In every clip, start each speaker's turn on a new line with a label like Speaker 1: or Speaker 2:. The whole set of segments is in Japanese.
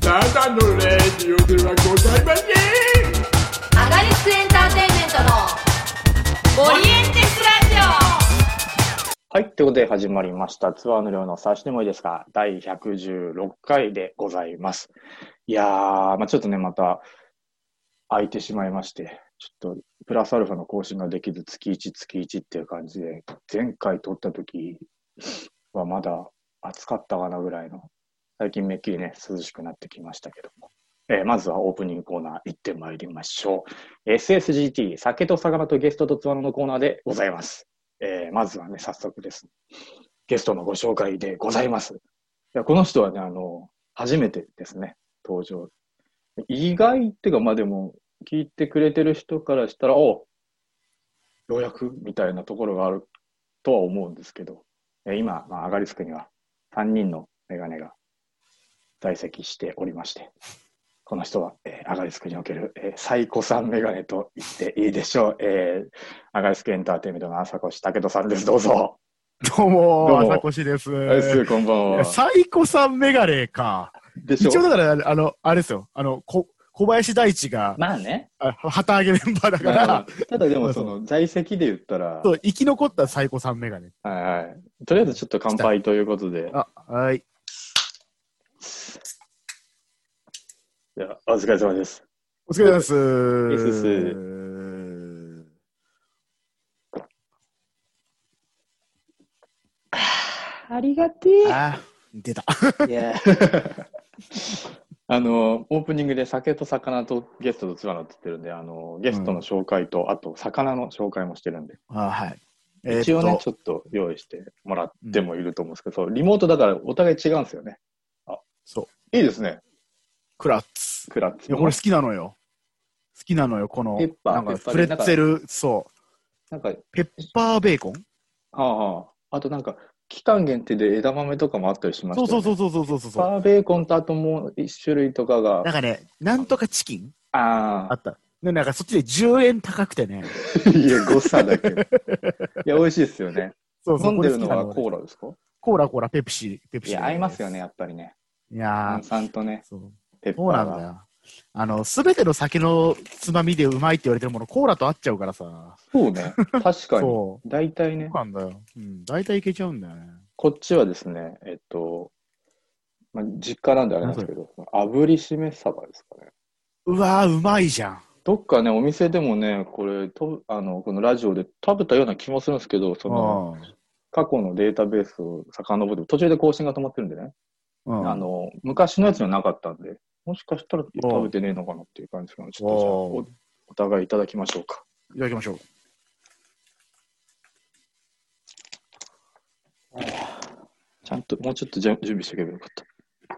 Speaker 1: ただのレディオではございません
Speaker 2: アガリスクエンターテインメントのオリエンテスラジオ
Speaker 3: はい。ということで始まりました。ツアーの量の差しでもいいですか第116回でございます。いやー、まあ、ちょっとね、また空いてしまいまして、ちょっとプラスアルファの更新ができず、月1、月1っていう感じで、前回撮った時はまだ暑かったかなぐらいの、最近めっきりね、涼しくなってきましたけども。えーまずはオープニングコーナー行ってまいりましょう。SSGT、酒と魚とゲストとツアーのコーナーでございます。えーまずはね、早速です。ゲストのご紹介でございます。いやこの人はね、あの、初めてですね、登場。意外っていうか、まあでも、聞いてくれてる人からしたら、おようやくみたいなところがあるとは思うんですけど、えー今、まあ、アガリスクには3人のメガネが在籍しておりまして、この人は、えーアガリスクにおける、えーサイコさんメガネと言っていいでしょう。えーアガリスクエンターテインメントの朝越武人さんです。どうぞ。
Speaker 4: どうも、
Speaker 3: どうも
Speaker 4: 朝越です。
Speaker 3: です、こんばん
Speaker 4: い
Speaker 3: は
Speaker 4: や。サイコさんメガネか。
Speaker 3: でし
Speaker 4: 一応だ
Speaker 3: ょ
Speaker 4: から、あの、あれですよ。あの、こ小林大地が、
Speaker 3: まあね。
Speaker 4: あ旗揚げメンバーだか
Speaker 3: まあまあ
Speaker 4: ら、
Speaker 3: ただでも、その、在籍で言ったら、
Speaker 4: そう生き残ったサイコさんメガネ。
Speaker 3: はいはい。とりあえずちょっと乾杯ということで。
Speaker 4: あ、はい。
Speaker 3: いやお疲れ様です。
Speaker 4: お疲れ様です。
Speaker 3: いっす ありがて
Speaker 4: あ、出た。
Speaker 3: え。いや。あの、オープニングで酒と魚とゲストとツアーのって言ってるんで、あの、ゲストの紹介と、あと、魚の紹介もしてるんで、
Speaker 4: あはい。えーっ
Speaker 3: 一応ね、
Speaker 4: と
Speaker 3: ちょっと用意してもらってもいると思うんですけど、そうリモートだからお互い違うんですよね。
Speaker 4: そう、
Speaker 3: いいですね、
Speaker 4: クラッツ。
Speaker 3: クラッツ。
Speaker 4: いや、これ好きなのよ。好きなのよ、この、
Speaker 3: ペッパー
Speaker 4: なん
Speaker 3: ペ
Speaker 4: か
Speaker 3: ッパー
Speaker 4: プレッツェル、そう。
Speaker 3: なんか、
Speaker 4: ペッパーベーコン
Speaker 3: ああ、あとなんか、期間限定で枝豆とかもあったりしました
Speaker 4: そ
Speaker 3: よ
Speaker 4: う
Speaker 3: ね
Speaker 4: そうそうそうそうそうそう。
Speaker 3: バーベーコンとあともう一種類とかが
Speaker 4: な、んかね、なんとかチキン
Speaker 3: あ
Speaker 4: あった。で、なんかそっちで10円高くてね。
Speaker 3: あ、いや、誤差だけ ど。いや、美味しいですよね。
Speaker 4: そう
Speaker 3: 飲んでるのは
Speaker 4: コー
Speaker 3: コーラですか
Speaker 4: コーラ、コーラ、ペプシ、ペプ
Speaker 3: い
Speaker 4: シ。
Speaker 3: や、合いますよね、。やっぱりね。
Speaker 4: いや
Speaker 3: 炭
Speaker 4: ー、
Speaker 3: 酸とね、
Speaker 4: そう
Speaker 3: ペッパ
Speaker 4: そうな
Speaker 3: ー
Speaker 4: んだ
Speaker 3: が。
Speaker 4: よ。あの、すべての酒のつまみでうまいって言われてるもの、コーラと合っちゃうからさ。
Speaker 3: そうね、確かに。
Speaker 4: そ
Speaker 3: 大体
Speaker 4: う。
Speaker 3: ね
Speaker 4: そう、なんだよ。うん、大体いけちゃうんだよね。
Speaker 3: こっちはですね、えっと、まあ、実家なんであれなんですけど、炙りしめ鯖ですかね。
Speaker 4: うわー、うまいじゃん。
Speaker 3: どっかね、お店でもね、これ、とあのこのラジオで食べたような気もするんですけど、その、過去のデータベースを遡って、途中で更新が止まってるんでね、
Speaker 4: うん。
Speaker 3: あ、の、昔のやつにはなかったんで、もしかしたら食べてねえのかなっていう感じですけど、ちょっとじゃあ
Speaker 4: お
Speaker 3: おお互いいただきましょうか。
Speaker 4: いただきましょう。
Speaker 3: ちゃんと、もうちょっとじゃ準備しておけばよかっ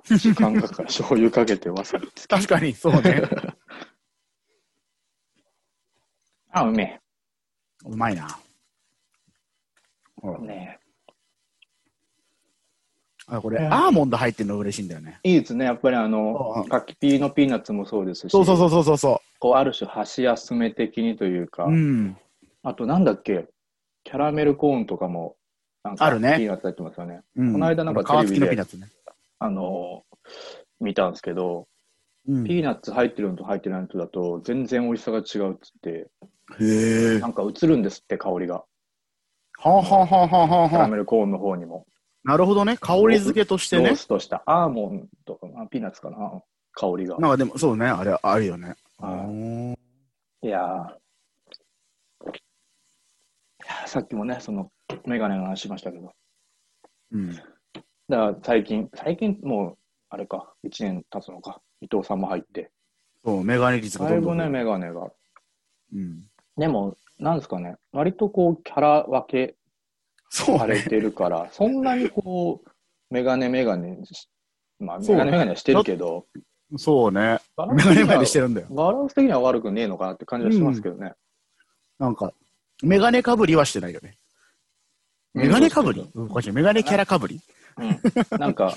Speaker 3: た。時間か かる。醤油かけてわさびつけ
Speaker 4: 確かに、そうね。
Speaker 3: あ、うめ
Speaker 4: うまいな。
Speaker 3: え。ね
Speaker 4: あ、これ、アーモンド入ってるの嬉しいんだよね。
Speaker 3: えいいですね。やっぱりあの
Speaker 4: う、ん
Speaker 3: 柿ピーのピーナッツもそうですし、
Speaker 4: そうそうそうそうそ
Speaker 3: こうある種箸休め的にというか、
Speaker 4: う。うん。
Speaker 3: あとなんだっけ、キャラメルコーンとかも、なんか
Speaker 4: あるね
Speaker 3: ピーナッツ入ってますよね。
Speaker 4: こ
Speaker 3: この間なんか
Speaker 4: 皮
Speaker 3: テ
Speaker 4: 付
Speaker 3: レビで
Speaker 4: きのピーナッツね。
Speaker 3: あの、見たんですけど、
Speaker 4: うん
Speaker 3: ピーナッツ入ってるのと入ってないのとだと全然美味しさが違うっつって、
Speaker 4: へえ
Speaker 3: な。んか移るんですって香りが。
Speaker 4: はんはんはんはんはん
Speaker 3: キャラ
Speaker 4: はん。
Speaker 3: メルコーンの方にも。
Speaker 4: なるほどね。香り付けとして
Speaker 3: ロー
Speaker 4: ね。
Speaker 3: ストしたアーモンドかな、ピーナッツかな、香りが。
Speaker 4: なんかでも、そうね。あれ、あるよね。
Speaker 3: は
Speaker 4: うん
Speaker 3: いやーいやーさっきもね、そのメガネの話しましたけど、
Speaker 4: うん。
Speaker 3: だから最近、最近もう、あれか、1年経つのか、伊藤さんも入って、
Speaker 4: そう、メガネ率が
Speaker 3: だ
Speaker 4: ど
Speaker 3: い
Speaker 4: んど
Speaker 3: ぶ
Speaker 4: ん。
Speaker 3: ね、メガネが。
Speaker 4: うん。
Speaker 3: でも、なんですかね、割とこう、キャラ分け
Speaker 4: そう
Speaker 3: され
Speaker 4: ね。
Speaker 3: てるから、 そんなにこう、メガネメガネし、まあ、
Speaker 4: そ
Speaker 3: メ
Speaker 4: う
Speaker 3: ガネメガネはしてるけど、
Speaker 4: そうね。
Speaker 3: バラン
Speaker 4: メ
Speaker 3: ス
Speaker 4: ガ
Speaker 3: 的
Speaker 4: ネ
Speaker 3: には
Speaker 4: までしてるんだよ。
Speaker 3: バランス的には悪くねえのかなって感じはしますけどね。
Speaker 4: なんか、メガネかぶりはしてないよね。メガネかぶりうん、こっちメガネキャラかぶり
Speaker 3: うんなんか、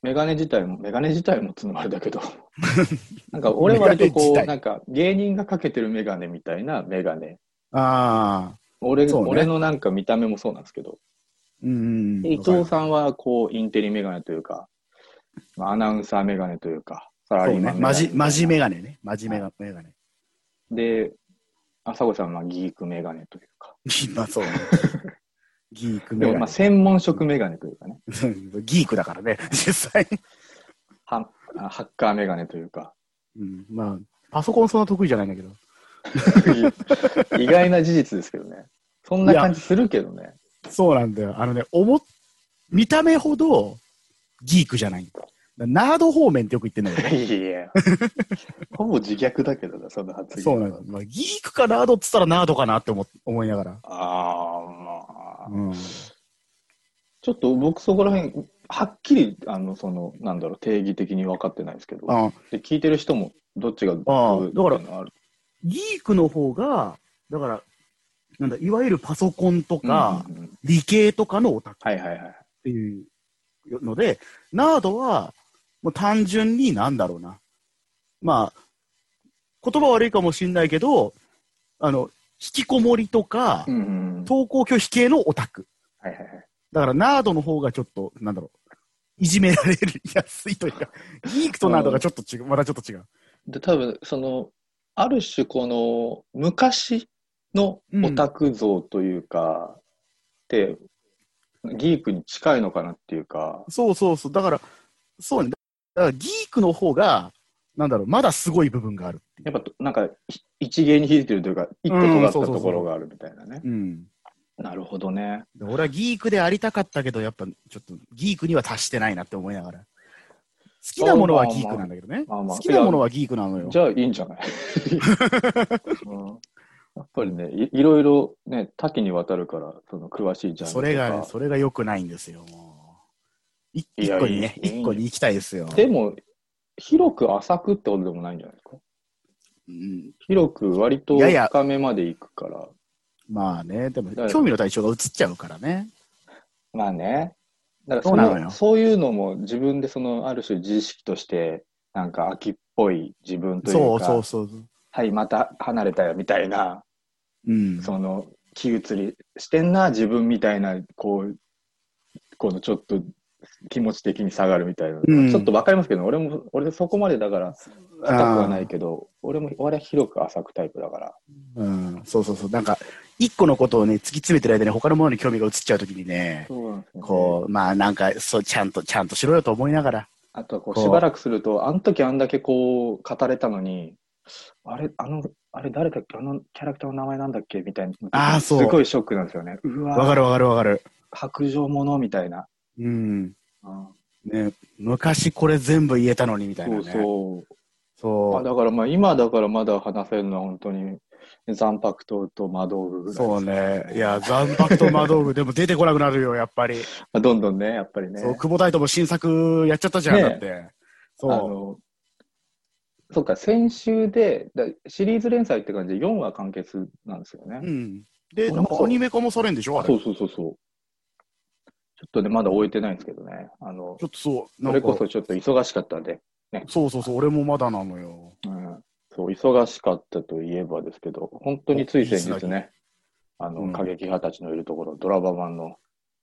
Speaker 3: メガネ自体も、メガネ自体もつのもあれだけど、なんか俺割とこ
Speaker 4: メガネ自
Speaker 3: う、
Speaker 4: 体
Speaker 3: なんか芸人がかけてるメガネみたいなメガネ。
Speaker 4: ああ。
Speaker 3: 俺,、
Speaker 4: そうね
Speaker 3: 俺のなんか見た目もそうなんですけど、
Speaker 4: うんうん。
Speaker 3: 伊藤さんはこう、インテリメガネというか、まあアナウンサーメガネというか、サラ
Speaker 4: そ
Speaker 3: リ
Speaker 4: う
Speaker 3: ーマ
Speaker 4: ね。
Speaker 3: ンメガ
Speaker 4: マ
Speaker 3: ネ
Speaker 4: ジ、マジメガネね。マジメガメガネ。
Speaker 3: で、朝子さんはギークメガネというか、
Speaker 4: まあそうね。ギークメ
Speaker 3: でも
Speaker 4: ガ
Speaker 3: まあ
Speaker 4: ネ。
Speaker 3: 専門職メガネというかね、
Speaker 4: ギークだからね、 実際。
Speaker 3: ハンハッカーメガネというか、
Speaker 4: うん、まあ、パソコンそんな得意じゃないんだけど。
Speaker 3: 意外な事実ですけどね。そんな感じするけどね。
Speaker 4: そうなんだよ。あのね、思っ、見た目ほどギークじゃない。ナード方面ってよく言ってんだ けどね。
Speaker 3: いや、 ほぼ自虐だけどな、その発言。
Speaker 4: そうなんだよ。まあ、ギークかナードっつったらナードかなって思思いながら。
Speaker 3: ああ、まあ。
Speaker 4: うん。
Speaker 3: ちょっと僕そこら辺、はっきり、あの、その、なんだろう、定義的に分かってないですけど、
Speaker 4: あ
Speaker 3: で聞いてる人も、どっちがど
Speaker 4: あ
Speaker 3: う
Speaker 4: だから
Speaker 3: っていうのある
Speaker 4: ギークの方が、だから、なんだ、いわゆるパソコンとか、
Speaker 3: うんうんうん
Speaker 4: 理系とかのオタク
Speaker 3: はいはいはい。
Speaker 4: っていうので、ナードは、もう単純になんだろうな。まあ、言葉悪いかもしんないけど、あの、引きこもりとか、
Speaker 3: うんうんうん
Speaker 4: 登校拒否系のオタク。
Speaker 3: はいはいはい。
Speaker 4: だから、ナードの方がちょっと、なんだろう。いじめられる、安いというか、ギークとナードがちょっと違う、まだちょっと違う。
Speaker 3: で、多分、その、ある種、この、昔のオタク像というか、って、ギークに近いのかなっていうか、
Speaker 4: そうそうそう。だから、そうね。だから、ギークの方が、なんだろう、まだすごい部分があるってい
Speaker 3: やっぱ、なんか、ひ一芸に秀でてるというか、一個尖った
Speaker 4: うんそうそうそう
Speaker 3: ところがあるみたいなね。
Speaker 4: う。うん。
Speaker 3: なるほどね。
Speaker 4: で俺はギークでありたかったけど、やっぱちょっとギークには達してないなって思いながら。好きなものはギークなんだけどね。
Speaker 3: まあまあまあ
Speaker 4: 好きなものはギークなのよ
Speaker 3: じ。ゃあいいんじゃ ない、うんやっぱりねい、いろいろね、多岐にわたるから、その詳しいジャンルとか。
Speaker 4: それがね、それが良くないんですよ、もう。い
Speaker 3: いや
Speaker 4: 一個にね、
Speaker 3: いいいい
Speaker 4: 一個に行きたいですよ。
Speaker 3: でも、広く浅くってことでもないんじゃないですか
Speaker 4: うん、
Speaker 3: 広く割と
Speaker 4: いやいや
Speaker 3: 深めまで行くから。
Speaker 4: まあね、でも
Speaker 3: だよ
Speaker 4: 興味の対象が移っちゃうからね。
Speaker 3: まあね。だから
Speaker 4: そうなのよ
Speaker 3: そういうのも自分でそのある種自意識として、なんか秋っぽい自分というか、
Speaker 4: そうそうそう。
Speaker 3: はい、また離れたよみたいな、
Speaker 4: うん。
Speaker 3: その気移りしてんな、自分みたいな、こう、このちょっと気持ち的に下がるみたいな、
Speaker 4: うん
Speaker 3: ちょっとわかりますけど、俺も、俺そこまでだから、
Speaker 4: あー
Speaker 3: 深くはないけど、俺も、俺は広く浅くタイプだから。
Speaker 4: うん、そうそうそう。なんか、一個のことをね、突き詰めてる間に他のものに興味が移っちゃうときにね、
Speaker 3: そうなんですね
Speaker 4: こう、まあなんか、そう、ちゃんと、ちゃんとしろよと思いながら。
Speaker 3: あとはこう
Speaker 4: こう
Speaker 3: しばらくすると、あの時あんだけこう語れたのに、あれ、あの、あれ誰だっけ、あのキャラクターの名前なんだっけみたいな。
Speaker 4: あーそう
Speaker 3: すごいショックなんですよね。う
Speaker 4: わか
Speaker 3: わ、
Speaker 4: るわかるわかる。
Speaker 3: 白状者みたいな。
Speaker 4: うん。
Speaker 3: うん
Speaker 4: ね、昔これ全部言えたのにみたい
Speaker 3: そ
Speaker 4: な
Speaker 3: う
Speaker 4: ね。
Speaker 3: そう。
Speaker 4: そ
Speaker 3: まあ、
Speaker 4: う。
Speaker 3: だからまあ今だからまだ話せるのは本当に残白刀と魔道具ぐらい
Speaker 4: そうね。いや、残白と魔道具、でも出てこなくなるよ、やっぱり。
Speaker 3: まあどんどんね、やっぱりね。
Speaker 4: そう、久保大斗も新作やっちゃったじゃん、
Speaker 3: ねえ
Speaker 4: だって。
Speaker 3: あ
Speaker 4: そ
Speaker 3: のそっか、先週でだシリーズ連載って感じで4話完結なんですよね。
Speaker 4: う。うん。で、
Speaker 3: そう
Speaker 4: なんかアニメ化もされんでしょあれ
Speaker 3: そうそうそうそう。ちょっとね、まだ終えてないんですけどね。あの
Speaker 4: ちょっとそう、
Speaker 3: そ
Speaker 4: なんか
Speaker 3: れこそちょっと忙しかったんで、
Speaker 4: そうそうそう、俺もまだなのよ。
Speaker 3: うん、そう忙しかったといえばですけど、本当につい先日ね、あの、
Speaker 4: うん
Speaker 3: 過激派たちのいるところ、ドラマ版の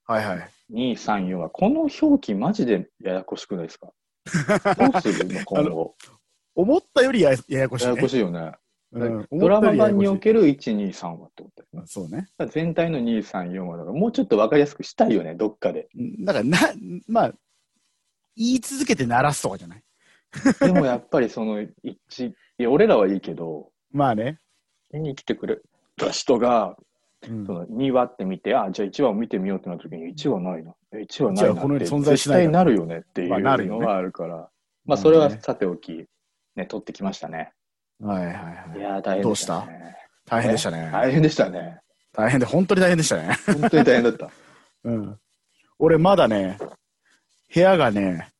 Speaker 4: はいはい。
Speaker 3: 2、3、4は、この表記マジでややこしくないです かどうするの今後。
Speaker 4: 思ったよりやややこしい、
Speaker 3: や
Speaker 4: ね。
Speaker 3: やこしいよね。
Speaker 4: うん
Speaker 3: ドラマ版にお
Speaker 4: る。
Speaker 3: ける1、2、3話ってことだよね。
Speaker 4: そうね。
Speaker 3: だから全体の2、3、4話だから、もうちょっとわかりやすくしたいよね、どっかで。
Speaker 4: だから、な、まあ、言い続けて鳴らすとかじゃない
Speaker 3: でもやっぱりその一、いや、俺らはいいけど、
Speaker 4: まあね。
Speaker 3: 見に来てくれた人が、
Speaker 4: うん
Speaker 3: その2話って見て、あ、じゃあ1話を見てみようってなった時に、1話ないな。え、1話ない
Speaker 4: 一話
Speaker 3: な
Speaker 4: この
Speaker 3: って。
Speaker 4: 世に存在しない
Speaker 3: 絶対なるよねっていう
Speaker 4: まあなるよ
Speaker 3: の
Speaker 4: ね
Speaker 3: はあるから。まあ、それは
Speaker 4: まあね
Speaker 3: さておき、ね、撮ってきましたね。
Speaker 4: はいはいはい
Speaker 3: い。やー、大変でした、ね。
Speaker 4: 大変でしたね。
Speaker 3: 大変でしたね。
Speaker 4: 大変で、本当に大変でした ね。
Speaker 3: 本当に大変だった。
Speaker 4: うん。俺まだね、部屋がね、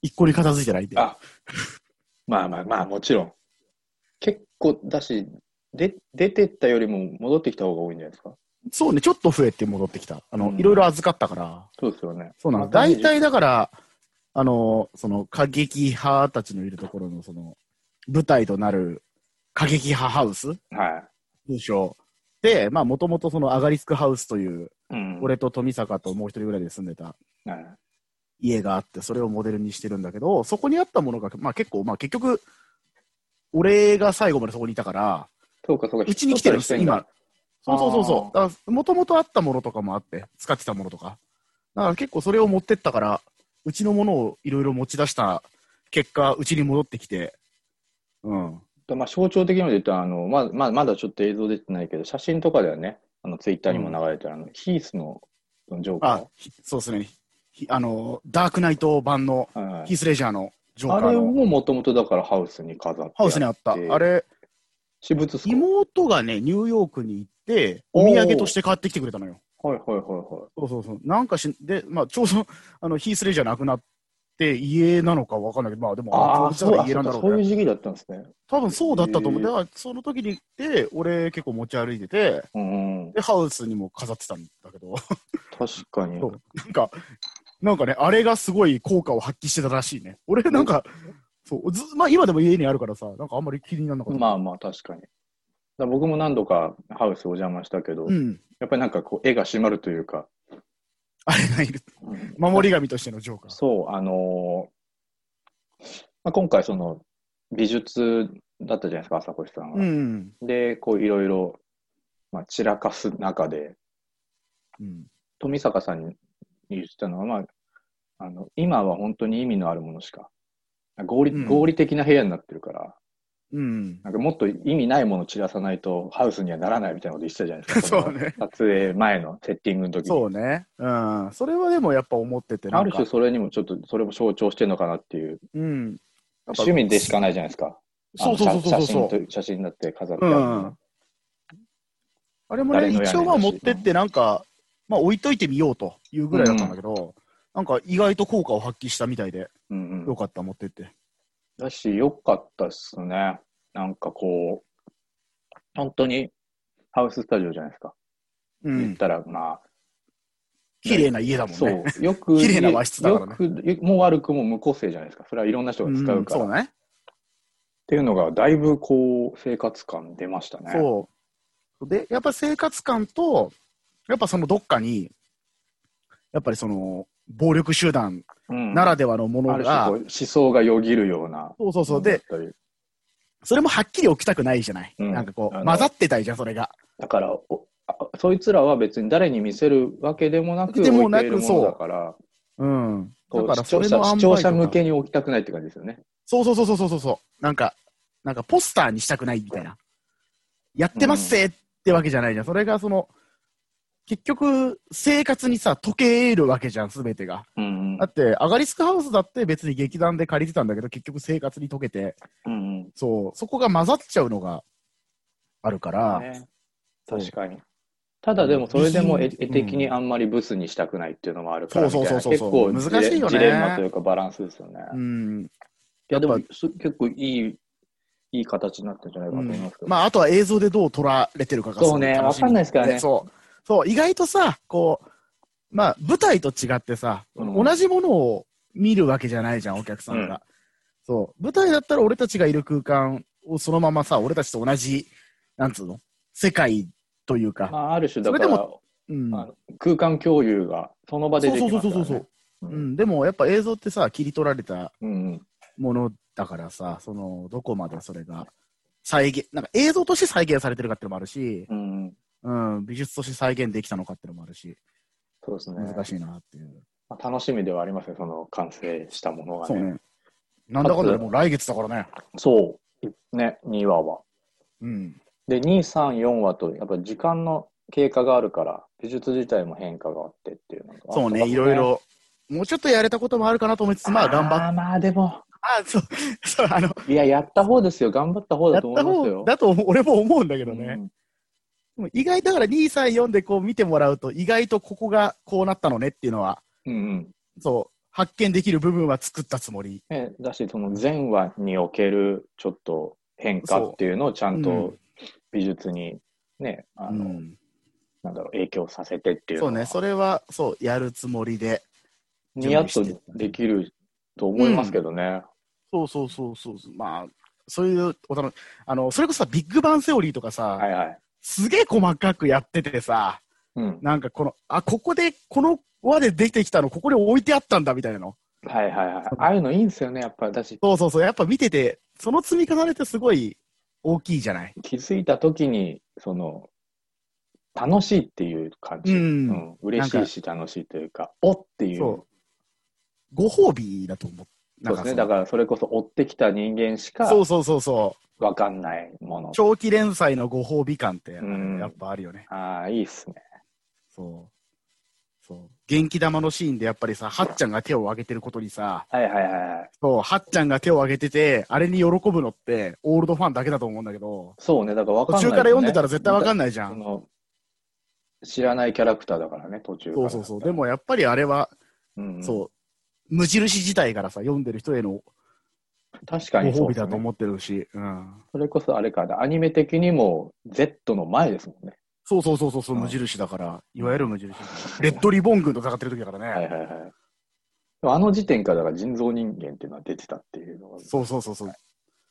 Speaker 4: 一個に片付いてないんだよ。
Speaker 3: あまあまあまあ、もちろん。結構だし、で、出てったよりも戻ってきた方が多いんじゃないですか。
Speaker 4: そうね、ちょっと増えて戻ってきた。あの、
Speaker 3: うん
Speaker 4: いろいろ預かったから。
Speaker 3: そうですよね。
Speaker 4: そうなの。
Speaker 3: まあ
Speaker 4: 大体だから、あの、その、過激派たちのいるところの、その、舞台となる過激派ハウス
Speaker 3: は
Speaker 4: 通称。で、まあ、もともとそのアガリスクハウスという、
Speaker 3: い。うん。
Speaker 4: 俺と富坂ともう一人ぐらいで住んでた
Speaker 3: はい、
Speaker 4: 家があって、それをモデルにしてるんだけど、そこにあったものが、まあ結構、まあ結局、俺が最後までそこにいたから、
Speaker 3: そうか、そうか。
Speaker 4: うちに来てるんです、
Speaker 3: 引っ越したりしてんだ
Speaker 4: 今。。そうそうそうそう。だから、もともとあったものとかもあって、使ってたものとか。だから結構それを持ってったから、うちのものをいろいろ持ち出した結果、うちに戻ってきて、うん。
Speaker 3: まあ、象徴的にも言うと、あの、まあ、まあ、まだちょっと映像出てないけど、写真とかではね、あの、ツイッターにも流れてる、あの、ヒースの、ジョー
Speaker 4: あ
Speaker 3: カ、
Speaker 4: ひそうですね。ひあの、ダークナイト版の
Speaker 3: ー。はい
Speaker 4: ヒースレジャーのジョー
Speaker 3: あ
Speaker 4: カー
Speaker 3: れを
Speaker 4: の
Speaker 3: もともとだからハウスに飾って。
Speaker 4: ハウスにあった。あ。れ、
Speaker 3: 私物っすか
Speaker 4: 妹がね、ニューヨークに行って、お土産として買ってきてくれたのよ。
Speaker 3: はいはいはいは
Speaker 4: そうそうそう。なんかし、で、まあ、ちょうど、あの、ヒースレジャーなくなって、家なのかわかんないけど、まあ、で
Speaker 3: い。
Speaker 4: も、
Speaker 3: ああ、
Speaker 4: の
Speaker 3: そうだ、
Speaker 4: 家
Speaker 3: そ
Speaker 4: な
Speaker 3: うんだ
Speaker 4: だろ
Speaker 3: そうういう
Speaker 4: ね。
Speaker 3: 時期だったんですね。
Speaker 4: 多分そうだったと思
Speaker 3: へ
Speaker 4: う。
Speaker 3: ー
Speaker 4: だから、その時にで、俺結構持ち歩いてて、
Speaker 3: うんうん。
Speaker 4: で、ハウスにも飾ってたんだけど、
Speaker 3: 確かに
Speaker 4: そ。う なんか、なんかね、あれがすごい効果を発揮してたらしいね。俺、なんか、そう、ず、まあ、今でも家にあるからさ、なんかあんまり気にならなかった。
Speaker 3: まあまあ、確かに。だから僕も何度かハウスお邪魔したけど、
Speaker 4: うん。
Speaker 3: やっぱりなんかこう、絵が締まるというか、
Speaker 4: あれがいる。守り神としてのジョーカー。
Speaker 3: そう、あのーまあ、今回、その、美術だったじゃないですか、朝越さん
Speaker 4: う
Speaker 3: は。
Speaker 4: ん。
Speaker 3: で、こう、いろいろ、まあ、散らかす中で、
Speaker 4: うん。
Speaker 3: 富坂さんに言ってたのは、まあ、あの、今は本当に意味のあるものしか、合
Speaker 4: う
Speaker 3: 理
Speaker 4: ん
Speaker 3: 合理的な部屋になってるから、
Speaker 4: うん。
Speaker 3: なんかもっと意味ないもの散らさないとハウスにはならないみたいなこと言ってたじゃないですか。
Speaker 4: そ
Speaker 3: の
Speaker 4: うね。
Speaker 3: 撮影前のセッティングの時に
Speaker 4: そうね。うん。それはでもやっぱ思ってて、な
Speaker 3: あ
Speaker 4: ん
Speaker 3: る
Speaker 4: か
Speaker 3: 種、それにもちょっと、それも象徴してるのかなっていう、
Speaker 4: うん。やっぱ
Speaker 3: 趣味でしかないじゃないですか。
Speaker 4: そうそうそう
Speaker 3: あ
Speaker 4: そ
Speaker 3: の
Speaker 4: う
Speaker 3: 写写。
Speaker 4: そう
Speaker 3: 真と写真だって飾って
Speaker 4: う
Speaker 3: ある
Speaker 4: ん。あれもね、
Speaker 3: 誰の屋根だし
Speaker 4: 一応まあ持ってって、なんか、まあ置いといてみようというぐらいだったんだけど、なんか意外と効果を発揮したみたいで、
Speaker 3: うんうん
Speaker 4: よかった、持ってって。
Speaker 3: だし、良かったっすね。なんかこう、本当にハウススタジオじゃないですか。
Speaker 4: う
Speaker 3: 言っ
Speaker 4: ん。
Speaker 3: たら、ま
Speaker 4: 綺麗な家だもんね。
Speaker 3: そう、よく、
Speaker 4: 綺麗な和室だからね
Speaker 3: よく、もう悪くも無個性じゃないですか。それはいろんな人が使うから。
Speaker 4: んそうね。
Speaker 3: っていうのが、だいぶこう、生活感出ましたね。
Speaker 4: そう。で、やっぱ生活感と、やっぱそのどっかに、やっぱりその、暴力集団
Speaker 3: うん
Speaker 4: ならではのも
Speaker 3: あ
Speaker 4: の
Speaker 3: る種
Speaker 4: が、
Speaker 3: こう、思想がよぎるような。
Speaker 4: そうそうそう。で、、それもはっきり起きたくないじゃない。
Speaker 3: うん
Speaker 4: なんかこ
Speaker 3: あ
Speaker 4: う、
Speaker 3: の
Speaker 4: 混ざってたいじゃん、それが。
Speaker 3: だからおあそいつらは別に誰に見せるわけでもなく、
Speaker 4: でもなく
Speaker 3: 置いているものだから、
Speaker 4: うん。だ
Speaker 3: こう
Speaker 4: から
Speaker 3: 視
Speaker 4: そ
Speaker 3: 聴
Speaker 4: れ
Speaker 3: 者
Speaker 4: の
Speaker 3: 視
Speaker 4: 塩梅
Speaker 3: 聴
Speaker 4: とか
Speaker 3: 者向けに置きたくないって感じですよね。
Speaker 4: そうそうそうそうそうそう。なんか、なんかポスターにしたくないみたいな。やってますぜってわけじゃないじゃん。それがその、結局、生活にさ、溶けるわけじゃん、すべてが。
Speaker 3: うんうん
Speaker 4: だって、アガリスクハウスだって別に劇団で借りてたんだけど、結局生活に溶けて、
Speaker 3: うんうん
Speaker 4: そう、そこが混ざっちゃうのがあるから、
Speaker 3: ね
Speaker 4: そう
Speaker 3: 確かに。ただでもそれでも絵
Speaker 4: 美品
Speaker 3: 絵的にあんまりブスにしたくないっていうのもあるからみた
Speaker 4: そ
Speaker 3: いうな、
Speaker 4: そうそうそう
Speaker 3: 結構
Speaker 4: 難しいよね
Speaker 3: ジレジレンマというかバランスですよね。
Speaker 4: う
Speaker 3: い
Speaker 4: ん。
Speaker 3: やで
Speaker 4: や
Speaker 3: も
Speaker 4: っ
Speaker 3: す結構いい、いい形になったんじゃないかなと思いますけど。
Speaker 4: まあ、あとは映像でどう撮られてるかが
Speaker 3: そうね
Speaker 4: 楽しみ
Speaker 3: わかんないですからね
Speaker 4: そう。そう、意外とさ、こう、まあ、舞台と違ってさ、
Speaker 3: うん
Speaker 4: 同じものを見るわけじゃないじゃん、お客さんが。そう。舞台だったら俺たちがいる空間をそのままさ、俺たちと同じ、なんつうの世界という
Speaker 3: ま
Speaker 4: か。
Speaker 3: あ、ある種だから
Speaker 4: それでうん。
Speaker 3: あの空間共有がその場で
Speaker 4: そ
Speaker 3: で
Speaker 4: う
Speaker 3: き
Speaker 4: そ
Speaker 3: ま
Speaker 4: う
Speaker 3: すか
Speaker 4: そう
Speaker 3: ら、ね。
Speaker 4: そうそ
Speaker 3: う
Speaker 4: う。うんん、でもやっぱ映像ってさ、切り取られた
Speaker 3: うんうん
Speaker 4: ものだからさ、その、どこまでそれが再現、なんか映像として再現されてるかってのもあるし、
Speaker 3: うんうん
Speaker 4: うん、美術として再現できたのかってのもあるし、
Speaker 3: そうですね。
Speaker 4: 難しいなっていう。
Speaker 3: まあ、楽しみではありますね、その完成したものが
Speaker 4: そう
Speaker 3: ね。
Speaker 4: ね。なんだかんだでもう来月だからね。
Speaker 3: そう。ね、2話は。
Speaker 4: うん。
Speaker 3: で、2、3、4話と、やっぱ時間の経過があるから、美術自体も変化があってっていうのが。
Speaker 4: そうね、いろい。ろ。もうちょっとやれたこともあるかなと思いつつ、まあ頑張っ
Speaker 3: あーまあでも、
Speaker 4: あ、そう、 そう、あの、
Speaker 3: いや、やった方ですよ。頑張った方だ
Speaker 4: やっ
Speaker 3: と思
Speaker 4: た
Speaker 3: います
Speaker 4: 方
Speaker 3: よ。
Speaker 4: だと俺も思うんだけど
Speaker 3: うん
Speaker 4: ね。でも意外だから2、3、4でこう見てもらうと、意外とここがこうなったのねっていうのは、
Speaker 3: うんうん。
Speaker 4: そう、発見できる部分は作ったつもり。
Speaker 3: ね、だし、その前話におけるちょっと変化っていうのをちゃん
Speaker 4: そうう
Speaker 3: と
Speaker 4: ん
Speaker 3: 美術にね、あの、
Speaker 4: うん
Speaker 3: なんだろう、影響させてっていうの
Speaker 4: そう
Speaker 3: は
Speaker 4: ね、それは、そう、やるつもりで。
Speaker 3: ニヤッとできると思いますけどね。
Speaker 4: そうそうそうそう。まあ、そういう、お楽あの、それこそさ、ビッグバンセオリーとかさ、
Speaker 3: はいはい。
Speaker 4: すげえ細かくやっててさ、
Speaker 3: うん。
Speaker 4: なんかこの、あ、ここでこの輪で出てきたの、ここに置いてあったんだみたいなの。
Speaker 3: はいはいはい。ああいうのいいんですよね、やっぱ私、
Speaker 4: そうそうそう、やっぱ見てて、その積み重ねってすごい大きいじゃない。
Speaker 3: 気づいた時に、その、楽しいっていう感じ。
Speaker 4: うん
Speaker 3: ん嬉しいし楽しいというか、おっていう。
Speaker 4: そう。ご褒美だと思う。
Speaker 3: そうですね。だ
Speaker 4: ら
Speaker 3: からそれこそ追ってきた人間しか
Speaker 4: そうそうそうそ
Speaker 3: わかんないもの
Speaker 4: う。。長期連載のご褒美感って、
Speaker 3: うん
Speaker 4: やっぱあるよね。
Speaker 3: ああ、いいっすね。
Speaker 4: そう。そう。元気玉のシーンでやっぱりさ、はっちゃんが手を上げてることにさ、
Speaker 3: はいはいはいはい。
Speaker 4: そう、はっちゃんが手を上げてて、あれに喜ぶのって、オールドファンだけだと思うんだけど、
Speaker 3: そうね、だからわかん
Speaker 4: 途
Speaker 3: ない、
Speaker 4: 中から読んでたら絶対わか
Speaker 3: ん
Speaker 4: んないじゃ
Speaker 3: そ
Speaker 4: ん。
Speaker 3: の、知らないキャラクターだからね、途中か
Speaker 4: そ
Speaker 3: ら。
Speaker 4: うそうそう。で、もやっぱりあれは、
Speaker 3: うん、
Speaker 4: そう、無印自体からさ、読んでる人への
Speaker 3: 確
Speaker 4: ご
Speaker 3: かにそ
Speaker 4: 褒
Speaker 3: うで
Speaker 4: 美
Speaker 3: す
Speaker 4: だと
Speaker 3: ね。
Speaker 4: 思ってるし、うん。
Speaker 3: それこそあれかな、アニメ的にも Z の前ですもんね。
Speaker 4: そうそうそうそうそう、
Speaker 3: うん
Speaker 4: 無印だから、いわゆる無印。レッドリボン軍と戦ってる時だからね。
Speaker 3: はいはいはい。でもあの時点からだから人造人間っていうのは出てたっていうのが、そ
Speaker 4: そうそうそう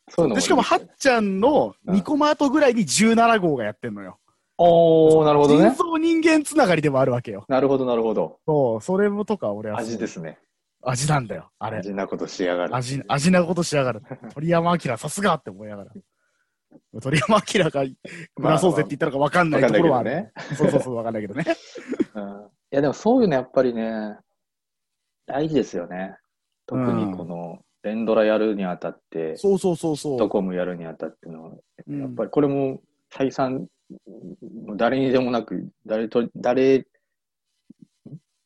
Speaker 4: そう。
Speaker 3: ういうの
Speaker 4: でしかも、はっちゃんの
Speaker 3: うん
Speaker 4: 2コマ後ぐらいに17号がやってんのよ。
Speaker 3: おおなるほど
Speaker 4: 人
Speaker 3: ね。
Speaker 4: 造人間つながりでもあるわけよ。
Speaker 3: なるほどなるほど。
Speaker 4: そう、それもとか俺は。
Speaker 3: 味で。すね。
Speaker 4: 味なんだよ、あれ。
Speaker 3: 味なことしやがる。
Speaker 4: 味、味なことしやがる。鳥山明さすがって思いながら。鳥山明が暮らそうぜって言ったのかわかんな
Speaker 3: わ
Speaker 4: い
Speaker 3: かん
Speaker 4: と
Speaker 3: な
Speaker 4: こ
Speaker 3: いけ
Speaker 4: ろは
Speaker 3: ど
Speaker 4: ある。
Speaker 3: ね。
Speaker 4: そうそうそう、わかんない けどね。
Speaker 3: うんいやでもそういうのやっぱりね、大事ですよね。特にこの、連ドラやるにあたって、
Speaker 4: そうそうそうそ
Speaker 3: ドコモやるにあたっての、
Speaker 4: う。
Speaker 3: やっぱりこれも再三、もう誰にでもなく、誰と、誰、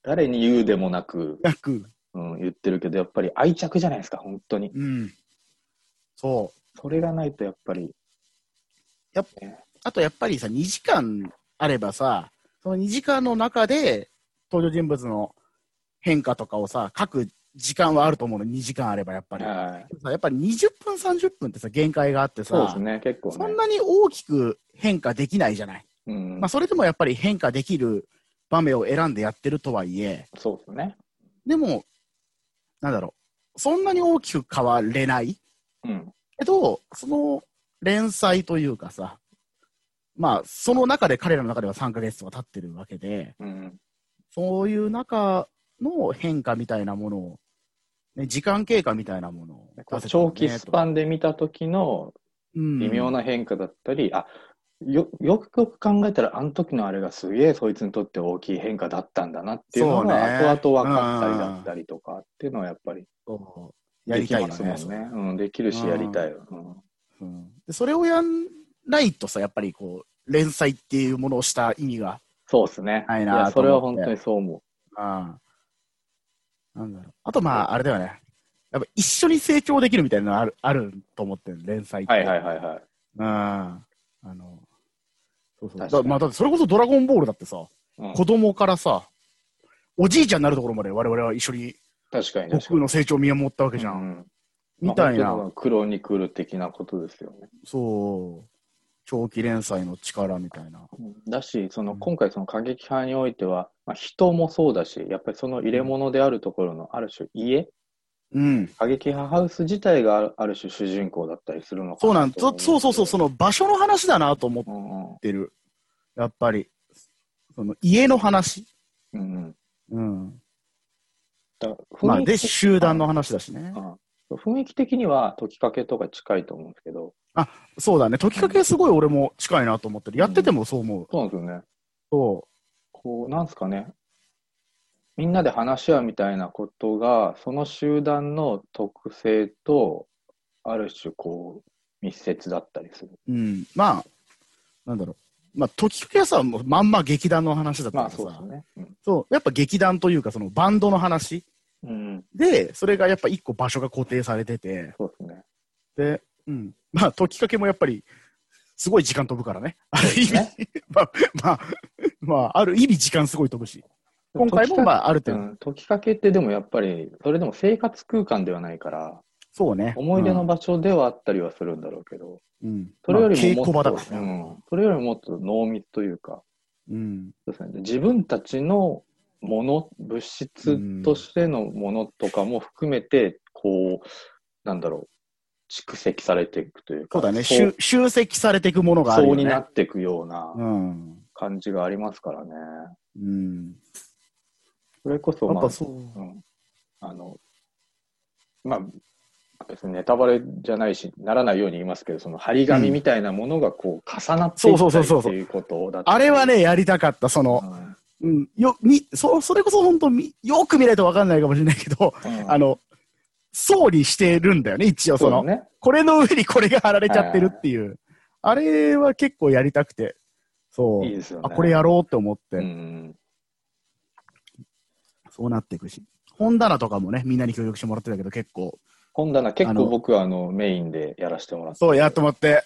Speaker 3: 誰に言うでもなく、
Speaker 4: り。く
Speaker 3: うん、言ってるけど、やっぱり愛着じゃないですか、本当に。
Speaker 4: うん。そう。
Speaker 3: それがないとやっぱり、
Speaker 4: あとやっぱりさ、2時間あればさ、その2時間の中で登場人物の変化とかをさ、書く時間はあると思うの、2時間あればやっぱり。
Speaker 3: はい
Speaker 4: さやっぱり20分、30分ってさ、限界があって
Speaker 3: そうで
Speaker 4: さ、
Speaker 3: すね、結構ね。
Speaker 4: そんなに大きく変化できないじゃない。
Speaker 3: うん
Speaker 4: まあ、それでもやっぱり変化できる場面を選んでやってるとはいえ、
Speaker 3: そうですね。
Speaker 4: でも、なんだろう、そんなに大きく変われない
Speaker 3: うん。
Speaker 4: けど、その連載というかさ、まあ、その中で彼らの中では3ヶ月とか経ってるわけで、
Speaker 3: うん。
Speaker 4: そういう中の変化みたいなものを、ね、時間経過みたいなものを出せたらね、
Speaker 3: 長期スパンで見た時の微
Speaker 4: 微
Speaker 3: 妙な変化だったり、あよよくよく考えたら、あの時のあれがすげえそいつにとって大きい変化だったんだなっていうのが、
Speaker 4: そうね
Speaker 3: 後々分かったりだったりとかっていうのはやっぱり
Speaker 4: や
Speaker 3: で
Speaker 4: り
Speaker 3: き
Speaker 4: たいよ
Speaker 3: ま
Speaker 4: ね
Speaker 3: すもんね。うん、できるしやりたい。うん
Speaker 4: うんでそれをやんないとさ、やっぱりこう、連載っていうものをした意味が、
Speaker 3: そうですね。
Speaker 4: ない
Speaker 3: い
Speaker 4: な
Speaker 3: や、そ
Speaker 4: と思って
Speaker 3: れは本当にそう思
Speaker 4: あなんだろう。あとまあ、あれだよね。やっぱ一緒に成長できるみたいなのあるあると思ってる、連載っ
Speaker 3: う。
Speaker 4: て。
Speaker 3: はいはいはいはい。
Speaker 4: うん。あの、そうそう。
Speaker 3: 確か
Speaker 4: だ
Speaker 3: に
Speaker 4: まあ、だってそれこそドラゴンボールだってさ、
Speaker 3: うん
Speaker 4: 子供からさ、おじいちゃんになるところまで我々は一緒に
Speaker 3: 確かに
Speaker 4: 悟
Speaker 3: 確か
Speaker 4: 空の成長を見守ったわけ
Speaker 3: に。
Speaker 4: じゃ。
Speaker 3: うんん
Speaker 4: みたい。
Speaker 3: まあ
Speaker 4: な、
Speaker 3: 本当にクロニクル的なことですよね。
Speaker 4: そう、長期連載の力みたいな。
Speaker 3: だし、その
Speaker 4: うん
Speaker 3: 今回、その過激派においては、まあ、人もそうだし、やっぱりその入れ物であるところのある種家、
Speaker 4: うん。
Speaker 3: 過激派ハウス自体があるある種主人公だったりするのか
Speaker 4: そうなん
Speaker 3: と思
Speaker 4: そそうそうそう、その場所の話だなと思っ
Speaker 3: うんうん
Speaker 4: てる。やっぱり。その家の話。
Speaker 3: うんうん
Speaker 4: うん。
Speaker 3: だから
Speaker 4: まあ、
Speaker 3: 雰囲気
Speaker 4: で、集団の話だしね。
Speaker 3: うん雰囲気的には時かけとか近いと思うんですけど、
Speaker 4: そうだね。時かけすごい俺も近いなと思ってる。やっててもそう思う。
Speaker 3: そうなんですよね。
Speaker 4: そう。
Speaker 3: こう、なんですかね。みんなで話し合うみたいなことが、その集団の特性と、ある種こう、密接だったりする。
Speaker 4: うん、まあ、なんだろう。まあ、時かけはさ、もうまんま劇団の話だった
Speaker 3: ま
Speaker 4: か
Speaker 3: あ
Speaker 4: らさ、
Speaker 3: そうですね。
Speaker 4: そう、やっぱ劇団というか、そのバンドの話
Speaker 3: うん。うん、
Speaker 4: で、それがやっぱ一個場所が固定されてて、
Speaker 3: そうですね。
Speaker 4: で、うん、まあ、時かけもやっぱり、すごい時間飛ぶからね。ある意味、まあ、まあ、まあ、ある意味時間すごい飛ぶし。今回もまあ、ある
Speaker 3: う
Speaker 4: 程度、
Speaker 3: ん、時かけってでもやっぱり、それでも生活空間ではないから、
Speaker 4: そうね。
Speaker 3: 思い出の場所ではあったりはするんだろうけど、
Speaker 4: うん、うん、
Speaker 3: それより
Speaker 4: まあ稽
Speaker 3: もも
Speaker 4: 古場
Speaker 3: っと、
Speaker 4: だから
Speaker 3: う
Speaker 4: ね
Speaker 3: ん、それよりもっと濃密というか、
Speaker 4: うん。
Speaker 3: そうですね、自分たちのもの、物質としてのものとかも含めて、こう、なんだろう、蓄積されていくという
Speaker 4: そ
Speaker 3: か、
Speaker 4: うだね。
Speaker 3: そう
Speaker 4: 集集積されていくものがある
Speaker 3: そう
Speaker 4: よ、ね。
Speaker 3: になっていくような
Speaker 4: うん。
Speaker 3: 感じがありますからね。
Speaker 4: うん。
Speaker 3: それこそ、
Speaker 4: やっ
Speaker 3: まあ
Speaker 4: ぱ、そう。
Speaker 3: うんあの、まあ、別にネタバレじゃないし、ならないように言いますけど、その張り紙みたいなものがこう重なってい
Speaker 4: そうそうそう
Speaker 3: っ
Speaker 4: そう
Speaker 3: て
Speaker 4: そう
Speaker 3: いうことだった
Speaker 4: あれは、ね、やりたかった、その、
Speaker 3: う
Speaker 4: うん、よ、み、そ、それこそ本当み、よく見ないとわかんないかもしれないけど、
Speaker 3: ん
Speaker 4: あの、層にしてるんだよね、一応その、
Speaker 3: そうだね。
Speaker 4: これの上にこれが貼られちゃってるっていう。あれは結構やりたくて、そう。
Speaker 3: いいですよね。
Speaker 4: あ、これやろうって思って、
Speaker 3: うん。
Speaker 4: そうなっていくし。本棚とかもね、みんなに協力してもらってたけど、結構、
Speaker 3: 本棚結
Speaker 4: あ
Speaker 3: 構
Speaker 4: の
Speaker 3: 僕はあのメインでやらせてもらって。
Speaker 4: そうやと思って、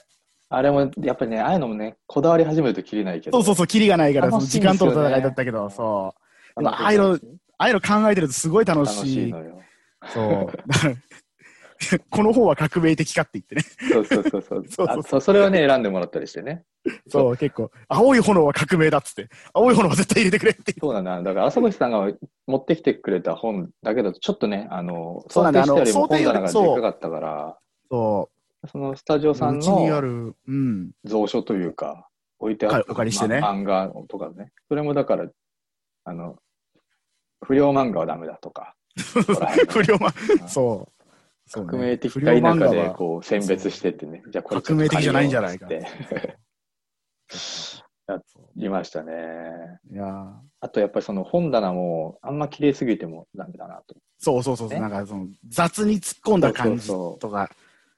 Speaker 3: あれも、やっぱりね、ああいうのもね、こだわり始めるときりないけ
Speaker 4: そ
Speaker 3: ど。
Speaker 4: うそうそう、キリがないから、そ
Speaker 3: 楽
Speaker 4: の
Speaker 3: しい
Speaker 4: 時
Speaker 3: んですよね
Speaker 4: 間との戦いだったけど、そう。
Speaker 3: 楽しい
Speaker 4: でもああいうのああいうの考えてるとすごい楽
Speaker 3: 楽し
Speaker 4: し
Speaker 3: い
Speaker 4: い。
Speaker 3: のよ。
Speaker 4: そう。 この方は革命的かって言ってね。
Speaker 3: そうそうそう そう。
Speaker 4: そうそう
Speaker 3: あそうそれはね、選んでもらったりしてね。
Speaker 4: そう、結構、青い炎は革命だっつって、青い炎は絶対入れてくれって。
Speaker 3: そうなんだ。だから、朝口さんが持ってきてくれた本だけど、ちょっとね、あの、
Speaker 4: そうな
Speaker 3: 想
Speaker 4: ん
Speaker 3: 定
Speaker 4: だ
Speaker 3: したよりも
Speaker 4: あの想
Speaker 3: 本棚が
Speaker 4: 定より
Speaker 3: でかかったから、
Speaker 4: そ
Speaker 3: そのスタジオ
Speaker 4: う。
Speaker 3: さん
Speaker 4: うちにあ
Speaker 3: の
Speaker 4: る、うん。
Speaker 3: 蔵書というか、置いてあっ
Speaker 4: お借りしてね
Speaker 3: ま漫画とかね。それもだから、あの、不良漫画はダメだとか、
Speaker 4: 不良マ
Speaker 3: うん
Speaker 4: そう。そうね
Speaker 3: 革命的
Speaker 4: 不
Speaker 3: か
Speaker 4: 良
Speaker 3: 否
Speaker 4: 漫
Speaker 3: か
Speaker 4: 画
Speaker 3: で
Speaker 4: は
Speaker 3: こう選別してってね。じゃあこれちょっと
Speaker 4: 革命的じゃないんじゃないか
Speaker 3: 借りようっつって言いましたね。
Speaker 4: いやー
Speaker 3: あとやっぱりその本棚もあんま綺麗すぎてもダメだなと。
Speaker 4: そうそうそうそう、
Speaker 3: ね
Speaker 4: なんかその雑に突っ込んだ感じ
Speaker 3: そうそ
Speaker 4: と
Speaker 3: う
Speaker 4: か、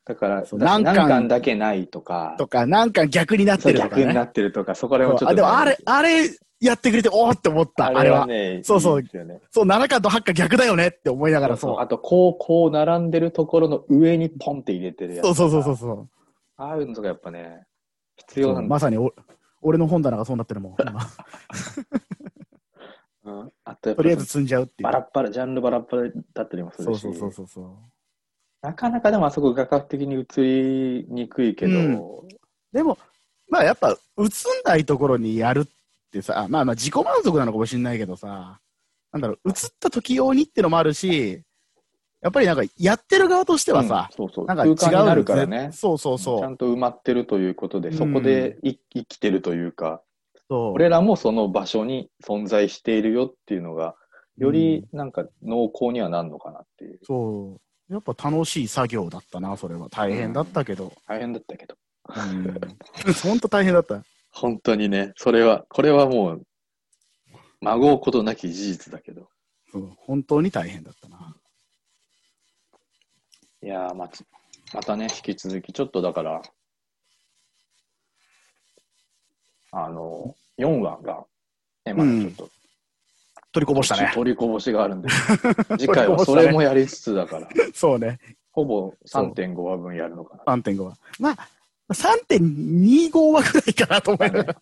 Speaker 3: だから、
Speaker 4: そう
Speaker 3: 何
Speaker 4: 何巻
Speaker 3: 巻だけないとか、
Speaker 4: とか、なんか逆になって
Speaker 3: そう
Speaker 4: るとか
Speaker 3: 逆にな
Speaker 4: ね。
Speaker 3: ってるとか、そこら
Speaker 4: そう
Speaker 3: 辺もちょっと
Speaker 4: あ
Speaker 3: ね。
Speaker 4: でもあれ、あれやってくれて、おーって思った、あれ
Speaker 3: あれは
Speaker 4: は。
Speaker 3: ね、
Speaker 4: そうそう
Speaker 3: いいですよね
Speaker 4: そう、7巻と8巻逆だよねって思いながら、
Speaker 3: そう
Speaker 4: そ
Speaker 3: あと、こう、こう並んでるところの上にポンって入れてるや
Speaker 4: う。
Speaker 3: つ。
Speaker 4: そうそうそうそうそう。
Speaker 3: ああいうのとかやっぱね、必要なんだ。
Speaker 4: まさにお俺の本棚がそうなってるもん。今
Speaker 3: うんあとやっ
Speaker 4: と
Speaker 3: ぱ
Speaker 4: りあえず積んじゃうってい
Speaker 3: バラ
Speaker 4: う。
Speaker 3: ッバラ、ジャンルバラッバラだったりもす
Speaker 4: そ
Speaker 3: る
Speaker 4: う
Speaker 3: し
Speaker 4: そう、そうそうそう。
Speaker 3: なかなかでもあそこ画角的に映りにくいけど、
Speaker 4: うんでも、まあやっぱ映んないところにやるってさ、まあまあ自己満足なのかもしれないけどさ、なんだろう、映った時用にってのもあるし、やっぱりなんかやってる側としてはさ、
Speaker 3: うんそうそう
Speaker 4: なんか違う
Speaker 3: 空間になるからね
Speaker 4: ぜ。そうそう
Speaker 3: ちゃ。
Speaker 4: そうん
Speaker 3: と埋まってるということで、
Speaker 4: うん
Speaker 3: そこでい生きてるというか、
Speaker 4: そう
Speaker 3: 俺らもその場所に存在しているよっていうのが、よりなんか濃厚にはなるのかなっていう。
Speaker 4: そう。やっぱ楽しい作業だったな、それは。大変だったけど。
Speaker 3: 大変だったけど。
Speaker 4: うん。ほんと大変だった。
Speaker 3: 本当にね、それは、これはもう、まごうことなき事実だけど。
Speaker 4: うん本当に大変だったな。
Speaker 3: いやーまつまたね、引き続き、ちょっとだから、あの、4話が、ね、まだちょっと、
Speaker 4: 取りこぼしたね。
Speaker 3: 取りこぼしがあるんで、 次回はそれもやりつつだから、
Speaker 4: そうね。
Speaker 3: ほぼ3.5話分やるのかな。
Speaker 4: 3.5は。まあ、3.25はくらいかなと思い ながら。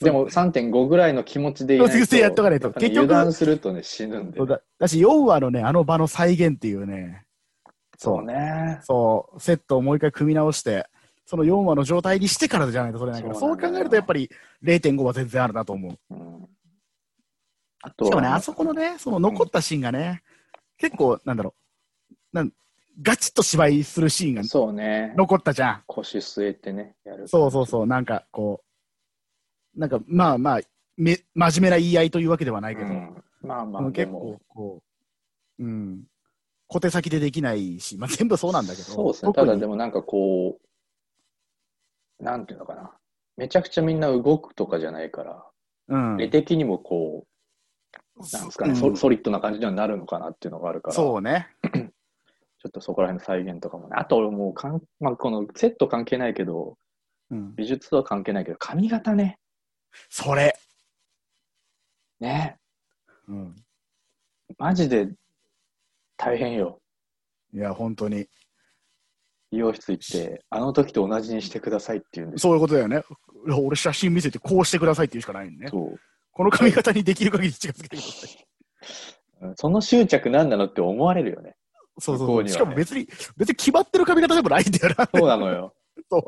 Speaker 3: でも3.5ぐらいの気持ちでいない
Speaker 4: 気持ちでやっとかないと
Speaker 3: やっぱね
Speaker 4: 結局
Speaker 3: 油断するとね、死ぬんで
Speaker 4: そう。だだし、4話のね、あの場の再現っていうね、
Speaker 3: そうね。
Speaker 4: そう、セットをもう一回組み直して、その4話の状態にしてからじゃないとそれないから、
Speaker 3: そうな
Speaker 4: そ
Speaker 3: ん
Speaker 4: う
Speaker 3: だよ
Speaker 4: 考えるとやっぱり0.5は全然あるなと思う。
Speaker 3: うんあと
Speaker 4: しかもね、
Speaker 3: は、
Speaker 4: あそこのね、その残ったシーンがね、結構、なんだろう、なんガチッと芝居するシーンが
Speaker 3: そうね。
Speaker 4: 残ったじゃん。
Speaker 3: 腰据えてね、やる。
Speaker 4: そうそうそう、なんかこう、なんかまあまあ、め真面目な言い合いというわけではないけど、
Speaker 3: うんまあま
Speaker 4: で
Speaker 3: あ、
Speaker 4: も
Speaker 3: で
Speaker 4: 結
Speaker 3: も
Speaker 4: 構、こう、うん、小手先でできないし、まあ、全部そうなんだけど、
Speaker 3: そうですね。
Speaker 4: 特
Speaker 3: た
Speaker 4: に
Speaker 3: だでもなんかこう、なんていうのかな。めちゃくちゃみんな動くとかじゃないから、
Speaker 4: うん、
Speaker 3: 絵的にもこう、なんですかね、
Speaker 4: そ
Speaker 3: ソソリッドな感じにはなるのかなっていうのがあるから、ちょ
Speaker 4: そうね。
Speaker 3: っとそこら辺の再現とかもね。あと俺もうかん、まあ、このセット関係ないけど、
Speaker 4: うん、
Speaker 3: 美術とは関係ないけど、髪型ね。
Speaker 4: それ、
Speaker 3: ね。
Speaker 4: うん。
Speaker 3: マジで大変よ。
Speaker 4: いや、本当に。
Speaker 3: 美容室行って、あの時と同じにしてくださいって言うんです
Speaker 4: そういうことだよね。いや俺、写真見せて、こうしてくださいって言うしかないのね。
Speaker 3: そう
Speaker 4: この髪型にできる限り近づけてください。
Speaker 3: うんその執着なんなのって思われるよね。
Speaker 4: そう
Speaker 3: 向
Speaker 4: そう
Speaker 3: こ
Speaker 4: そ
Speaker 3: には
Speaker 4: う
Speaker 3: ね
Speaker 4: しかも別に、別に決まってる髪型でもないんだよな。
Speaker 3: そうなのよ。
Speaker 4: そう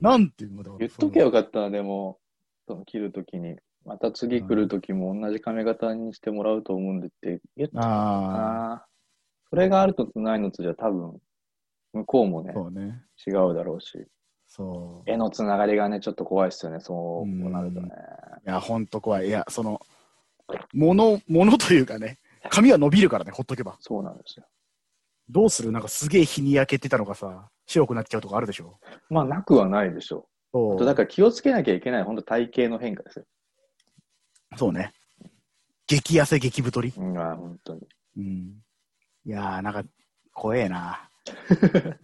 Speaker 4: なんていうのだろう
Speaker 3: 言っとけばよかったな、でも、その切るときに。また次来るときも同じ髪型にしてもらうと思うんでって言ったか
Speaker 4: あ
Speaker 3: な。それがあるのとないのとじゃ多分、向こうも
Speaker 4: あ、
Speaker 3: ね、
Speaker 4: そうね。
Speaker 3: 違うだろうし。
Speaker 4: そう。
Speaker 3: 絵のつながりがね、ちょっと怖いっすよね、そうなるとね。
Speaker 4: いや、ほんと怖い。いや、その、もの、ものというかね、髪は伸びるからね、ほっとけば。
Speaker 3: そうなんですよ。
Speaker 4: どうするなんかすげえ日に焼けてたのがさ、白くなっちゃうとかあるでしょ
Speaker 3: まあ、なくはないでしょ。
Speaker 4: そう
Speaker 3: だから気をつけなきゃいけない、本当体型の変化ですよ。
Speaker 4: そうね。激痩せ、激太り。
Speaker 3: うん、あー本当に。
Speaker 4: うん。いやー、なんか、怖えな。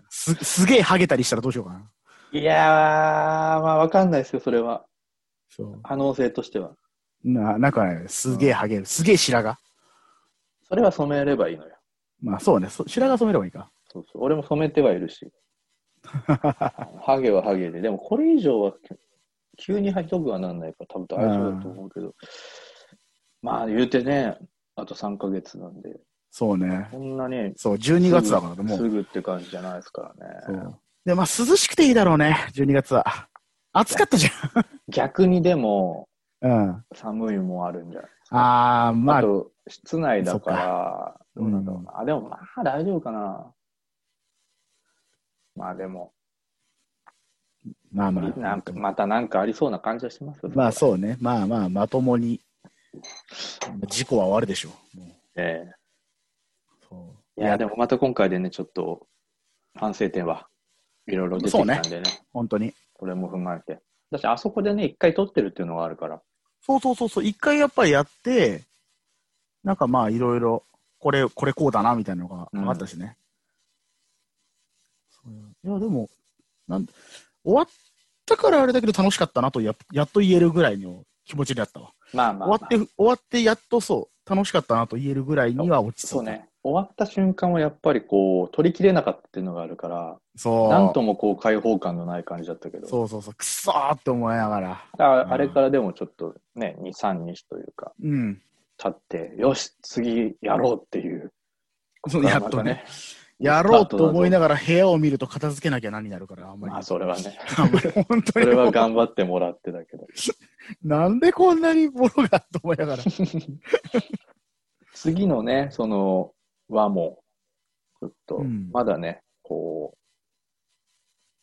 Speaker 4: す、すげえハゲたりしたらどうしようかな。
Speaker 3: いやー、まあ、わかんないですよ、それは。
Speaker 4: そう。
Speaker 3: 可能性としては。
Speaker 4: な、なんかね、すげえハゲる。すげえ白髪。
Speaker 3: それは染めればいいのよ。
Speaker 4: まあそうね、そ白髪染めればいいか。
Speaker 3: そうそう。俺も染めてはいる し。ハゲはハゲで。でも、これ以上は、急に太くはなんないから、多分大丈夫だと思うけど。まあ、言うてね、あと3ヶ月なんで、
Speaker 4: そうね。
Speaker 3: こんなね、
Speaker 4: そう、12月だからね
Speaker 3: すぐ
Speaker 4: もう
Speaker 3: すぐって感じじゃないですから
Speaker 4: そ
Speaker 3: ね。
Speaker 4: う。で、まあ涼しくていいだろうね、12月は。暑かったじ
Speaker 3: 逆にでも、
Speaker 4: ゃん。うん。
Speaker 3: 寒いもあるんじゃないですか。あ,、
Speaker 4: あー、まあ、
Speaker 3: と、室内だから、ど
Speaker 4: そっか
Speaker 3: うなんだろうな。あ、でもまあ大丈夫かな。まあでも、
Speaker 4: まあまあ。
Speaker 3: なんかまたなんかありそうな感じはしてますよ
Speaker 4: まあ
Speaker 3: う。
Speaker 4: そうね。まあまあ、まともに。事故は終わるでしょう。も
Speaker 3: え
Speaker 4: うそう
Speaker 3: えいや、でもまた今回でね、ちょっと、反省点はいろいろ出てきたんでね、
Speaker 4: 本当に。
Speaker 3: これも踏まえて。だし、あそこでね、一回撮ってるっていうのがあるから、
Speaker 4: そうそうそうそう。一回やっぱりやって、なんかまあいろいろ、これ、これこうだなみたいなのが
Speaker 3: うん
Speaker 4: 分かったしね。そういや、でも、なん終わったからあれだけど楽しかったなとや、やっと言えるぐらいの気持ちであったわ。
Speaker 3: まあまあ、まあ、
Speaker 4: 終わって、終わってやっとそう、楽しかったなと言えるぐらいには落ち着いた。
Speaker 3: そう。ね、終わった瞬間はやっぱりこう、取りきれなかったっていうのがあるから、
Speaker 4: そう。
Speaker 3: なんともこう、開放感のない感じだったけど。
Speaker 4: そうそうそう、くそーって思いながら。
Speaker 3: あ
Speaker 4: うん
Speaker 3: あれからでもちょっとね、2、3日というか、
Speaker 4: うん。
Speaker 3: 経って、よし、次やろうっていう。
Speaker 4: そう
Speaker 3: まあ
Speaker 4: やっとね。。や
Speaker 3: また
Speaker 4: ろうと思いながら部屋を見ると片付けなきゃ何になるから、あんまり。
Speaker 3: まあ、それはね。
Speaker 4: あんまり、本
Speaker 3: そ
Speaker 4: 当
Speaker 3: れ
Speaker 4: に。
Speaker 3: は頑張ってもらってだけど。
Speaker 4: なんでこんなにボロがと思いながら。
Speaker 3: 次のね、その、和も、ちょっと
Speaker 4: うん、
Speaker 3: まだね、こう、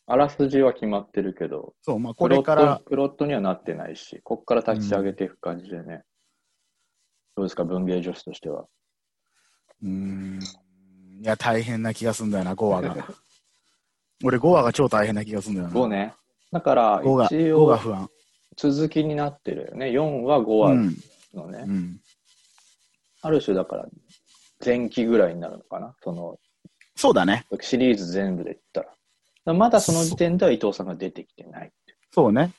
Speaker 3: あらすじは決まってるけど、
Speaker 4: そう、まあこ
Speaker 3: プロ
Speaker 4: れ
Speaker 3: ッ
Speaker 4: か
Speaker 3: ト
Speaker 4: ら、
Speaker 3: プロットにはなってないし、こっから立ち上げていく感じでね。どうですか、文芸女子としては。
Speaker 4: うーん。いや、大変な気がすんだよな、5話が。 俺5話が超大変な気がすんだよな。
Speaker 3: 5ね。だから、
Speaker 4: 5が、
Speaker 3: 一
Speaker 4: 5が
Speaker 3: 応、
Speaker 4: 不安。
Speaker 3: 続きになってるよね。4は5
Speaker 4: う
Speaker 3: 話
Speaker 4: ん。
Speaker 3: のね、
Speaker 4: うん。
Speaker 3: ある種だから前期ぐらいになるのかな、その
Speaker 4: そうだね。
Speaker 3: シリーズ全部で言ったら。だからまだその時点では伊藤さんが出てきてない。
Speaker 4: そうね。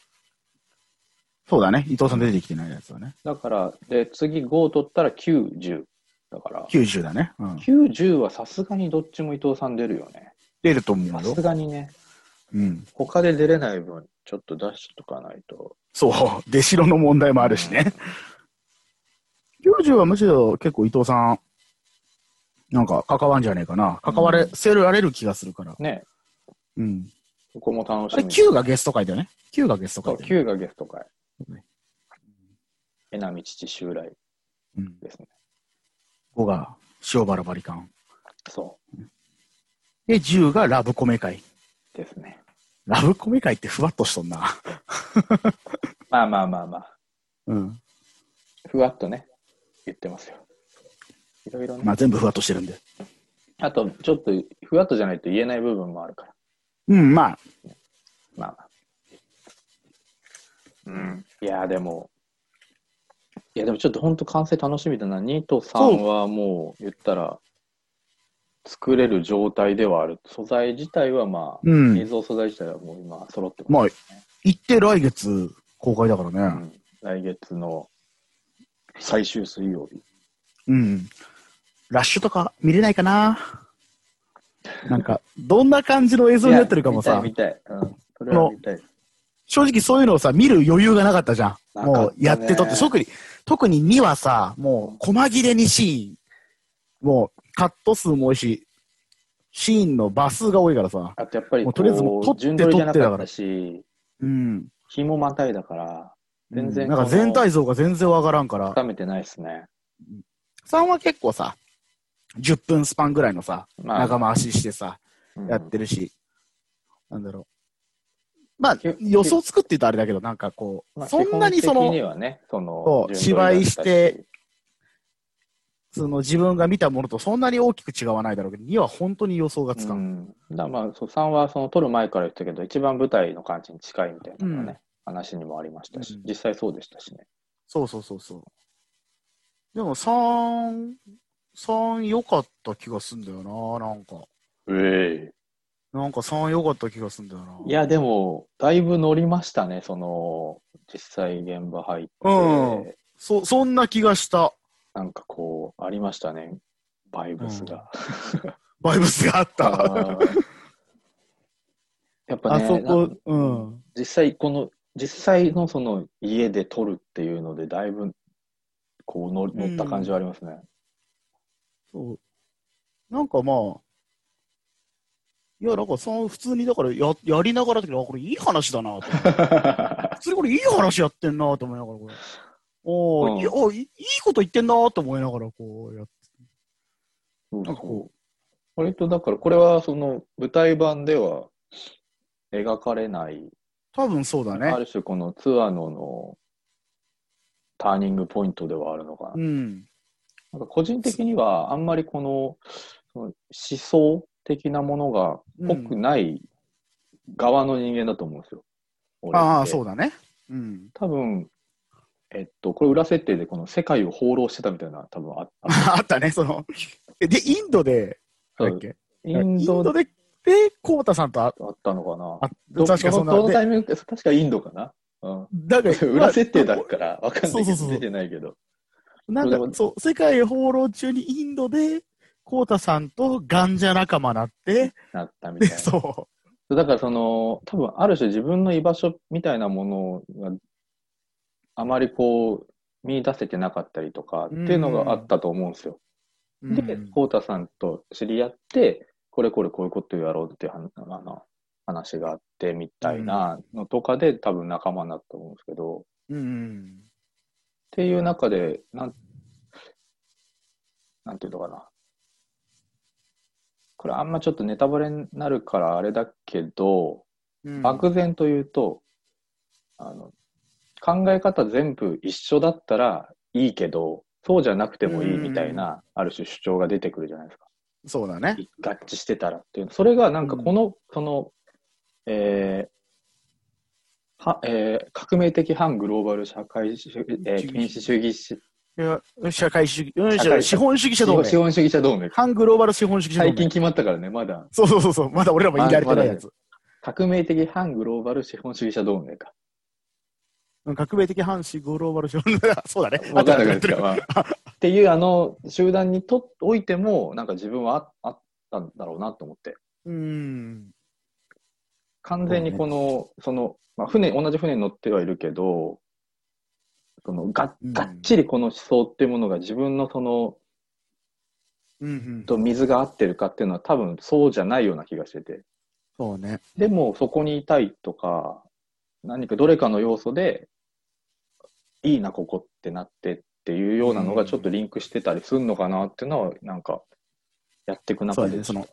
Speaker 4: そうだね。伊藤さん出てきてないやつはね。
Speaker 3: だから、で、次5を取ったら9、10。だから、
Speaker 4: 90だね。うん。
Speaker 3: 9、10はさすがにどっちも伊藤さん出るよね。
Speaker 4: 出ると思
Speaker 3: さ
Speaker 4: うよ
Speaker 3: す。がにね、
Speaker 4: うん。
Speaker 3: 他で出れない分、ちょっと出しとかないと。
Speaker 4: そう、 出城の問題もあるしね。90はむしろ結構伊藤さん、なんか関わんじゃねえかな。関われ、
Speaker 3: うん
Speaker 4: せられる気がするから。
Speaker 3: ね、
Speaker 4: うん。
Speaker 3: ここも楽
Speaker 4: あ
Speaker 3: し
Speaker 4: れ
Speaker 3: み。
Speaker 4: 9がゲスト会だよね。9がゲスト
Speaker 3: そ
Speaker 4: 会
Speaker 3: う
Speaker 4: だよね。
Speaker 3: 9がゲスト会
Speaker 4: ね。
Speaker 3: えなみ父襲来
Speaker 4: うん、
Speaker 3: ですね。
Speaker 4: 5が塩原バリカン。
Speaker 3: そ
Speaker 4: で、10がラブコメ会。
Speaker 3: うですね。
Speaker 4: ラブコメ会ってふわっとしとんな。
Speaker 3: まあまあまあまあ。
Speaker 4: うん。
Speaker 3: ふわっとね、言ってますよ。いろいろね。
Speaker 4: まあ全部ふわっとしてるんで。
Speaker 3: あと、ちょっと、ふわっとじゃないと言えない部分もあるから。
Speaker 4: うん、まあ、
Speaker 3: まあまあ。うん。いやー、でも、いや、でもちょっと本当完成楽しみだな。2と3はもう、言ったら、作れる状態ではある。素材自体はまあ、
Speaker 4: うん
Speaker 3: 映像素材自体はもう今、揃って
Speaker 4: まあ
Speaker 3: ます、
Speaker 4: 行って来月公開だからね。
Speaker 3: うん来月の最終水曜日。
Speaker 4: うん。ラッシュとか見れないかななんか、どんな感じの映像になってるかも
Speaker 3: いや
Speaker 4: さ、
Speaker 3: 見たい、見たい。うん。それは見たい。
Speaker 4: 正直そういうのをさ、見る余裕がなかったじゃん。
Speaker 3: なかったね
Speaker 4: もうやってとって、特に、特に2はさ、もう、細切れにシーン、もう、カット数も多いし、シーンの場数が多いからさ、
Speaker 3: あとやっぱり
Speaker 4: も
Speaker 3: こ
Speaker 4: うとりあえずもう撮って
Speaker 3: 順取りじゃな
Speaker 4: 撮ってだ
Speaker 3: か
Speaker 4: か
Speaker 3: っ
Speaker 4: ら
Speaker 3: たし、
Speaker 4: うん。
Speaker 3: 日もまたいだから、全然、
Speaker 4: なんか全体像が全然わからんから、
Speaker 3: 深めてないですね。
Speaker 4: 3は結構さ、10分スパンぐらいのさ、
Speaker 3: ま
Speaker 4: 長回ししてさ、
Speaker 3: うん
Speaker 4: やってるし、なんだろう。まあ
Speaker 3: け、
Speaker 4: 予想つくって言うとあれだけど、なんかこう、
Speaker 3: まあ
Speaker 4: そんなにそ
Speaker 3: 基本的
Speaker 4: の
Speaker 3: に、はね、その
Speaker 4: そう
Speaker 3: 順取りだった
Speaker 4: 芝居してその自分が見たものとそんなに大きく違わないだろうけど、2は本当に予想がつか。
Speaker 3: うんん、だからまあそう3はその撮る前から言ったけど一番舞台の感じに近いみたいなのがね、話にもありましたし、
Speaker 4: うん
Speaker 3: 実際そうでしたしね
Speaker 4: そうそうそうそう。でも3、3良かった気がすんだよな、なんか。
Speaker 3: え
Speaker 4: なんか3良かった気がすんだよな。
Speaker 3: いやでもだいぶ乗りましたねその実際現場入って、
Speaker 4: うんそ、そんな気がした。
Speaker 3: なんかこうありましたねバイブスが、
Speaker 4: バイブスがあった。
Speaker 3: あー やっぱ
Speaker 4: あ
Speaker 3: ね
Speaker 4: そ
Speaker 3: な
Speaker 4: こ、うん。
Speaker 3: 実際この実際のその家で撮るっていうのでだいぶこう乗乗った感じはありますね、
Speaker 4: そう。なんかまあ、いや、なんかその普通にだからややりながらだけど、あ、これいい話だ なと。普通にこれいい話やってんなと思いながら、これ。おー
Speaker 3: うん
Speaker 4: いやおいいいこと言ってんなと思いながら、こうやって。
Speaker 3: そう
Speaker 4: なん
Speaker 3: そ
Speaker 4: か
Speaker 3: う
Speaker 4: こ
Speaker 3: 割とだからこれはその舞台版では描かれない、
Speaker 4: う、多分そうだ
Speaker 3: あ
Speaker 4: ね。
Speaker 3: る種このツアーののターニングポイントではあるのかな。
Speaker 4: うん。
Speaker 3: なんか個人的にはあんまりこのその思想的なものが
Speaker 4: うん
Speaker 3: 濃くない側の人間だと思うんですよ。俺って
Speaker 4: ああ、そうだね。うん。
Speaker 3: 多分、えっと、これ裏設定でこの世界を放浪してたみたいな、多分あった。
Speaker 4: あったね、その。えで、インドで、だっけ
Speaker 3: イ
Speaker 4: イ
Speaker 3: ン
Speaker 4: ン
Speaker 3: ド
Speaker 4: ド
Speaker 3: で
Speaker 4: で、で、コウタさんとあ
Speaker 3: あったのかな
Speaker 4: あ
Speaker 3: ど
Speaker 4: 確かそんな
Speaker 3: どの
Speaker 4: で
Speaker 3: タイミング確かインドかな。うん
Speaker 4: だから
Speaker 3: 裏設定だから分かんないけ
Speaker 4: そうそ
Speaker 3: ど
Speaker 4: うそう
Speaker 3: 出てないけど
Speaker 4: なん
Speaker 3: でも
Speaker 4: か、そう、世界放浪中にインドで、コウタさんとガンジャ仲間なって、
Speaker 3: なったみ
Speaker 4: で、
Speaker 3: たい
Speaker 4: そ
Speaker 3: なだからその多分ある種自分の居場所みたいなものがあまりこう見出せてなかったりとかっていうのがあったと思うんですよ、
Speaker 4: う。
Speaker 3: で浩太さんと知り合ってこれこれこういうことやろうっていうはんあの話があってみたいなのとかで多分仲間になったと思うんですけど、
Speaker 4: うん。
Speaker 3: っていう中で、なん、なんていうのかな。これあんまちょっとネタバレになるからあれだけど、
Speaker 4: うん。
Speaker 3: 漠然と言うと、あの、考え方全部一緒だったらいいけど、そうじゃなくてもいいみたいな、ある種主張が出てくるじゃないですか。
Speaker 4: そうだね。
Speaker 3: 合致してたらっていう。それがなんかこの、その、えーはえー革命的反グローバル社会主義、えー権威主義し
Speaker 4: いや社会主義、うん
Speaker 3: 社会主義
Speaker 4: 資本主義者同
Speaker 3: 資
Speaker 4: 盟。
Speaker 3: 本主義者同盟。
Speaker 4: 反グローバル資本主義者同
Speaker 3: 最近
Speaker 4: 盟。
Speaker 3: 決まったからね、まだ。
Speaker 4: そうそうそうそう、まだ俺らも言いられてないやつ。
Speaker 3: 革命的反グローバル資本主義者同盟か。
Speaker 4: うん革命的反資グローバル資本主 義者。そうだね。
Speaker 3: わかんな
Speaker 4: あ
Speaker 3: い
Speaker 4: と
Speaker 3: ですか、まあっていう、あの、集団にとおいても、なんか自分はああったんだろうなと思って。
Speaker 4: うん。
Speaker 3: 完全にこの、その、まあ、船、同じ船に乗ってはいるけど、そのが
Speaker 4: うん
Speaker 3: がっちりこの思想っていうものが自分のその
Speaker 4: うんうん。
Speaker 3: と水が合ってるかっていうのは多分そうじゃないような気がしてて
Speaker 4: そうね。
Speaker 3: でもそこにいたいとか何かどれかの要素でいいなここってなってっていうようなのがちょっとリンクしてたりするのかなっていうのはなんかやっていく中
Speaker 4: そうだ
Speaker 3: で
Speaker 4: ね。その、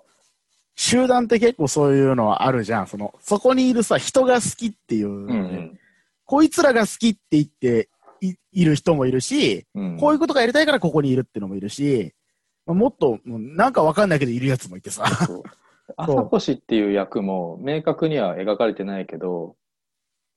Speaker 4: 集団って結構そういうのはあるじゃん。その、そこにいるさ、人が好きっていう、
Speaker 3: うんうん
Speaker 4: こいつらが好きって言っていいる人もいるし、
Speaker 3: うん
Speaker 4: こういうことがやりたいからここにいるってのもいるし、まあもっと、もうなんかわかんないけどいるやつもいてさ。
Speaker 3: そう朝越っていう役も明確には描かれてないけど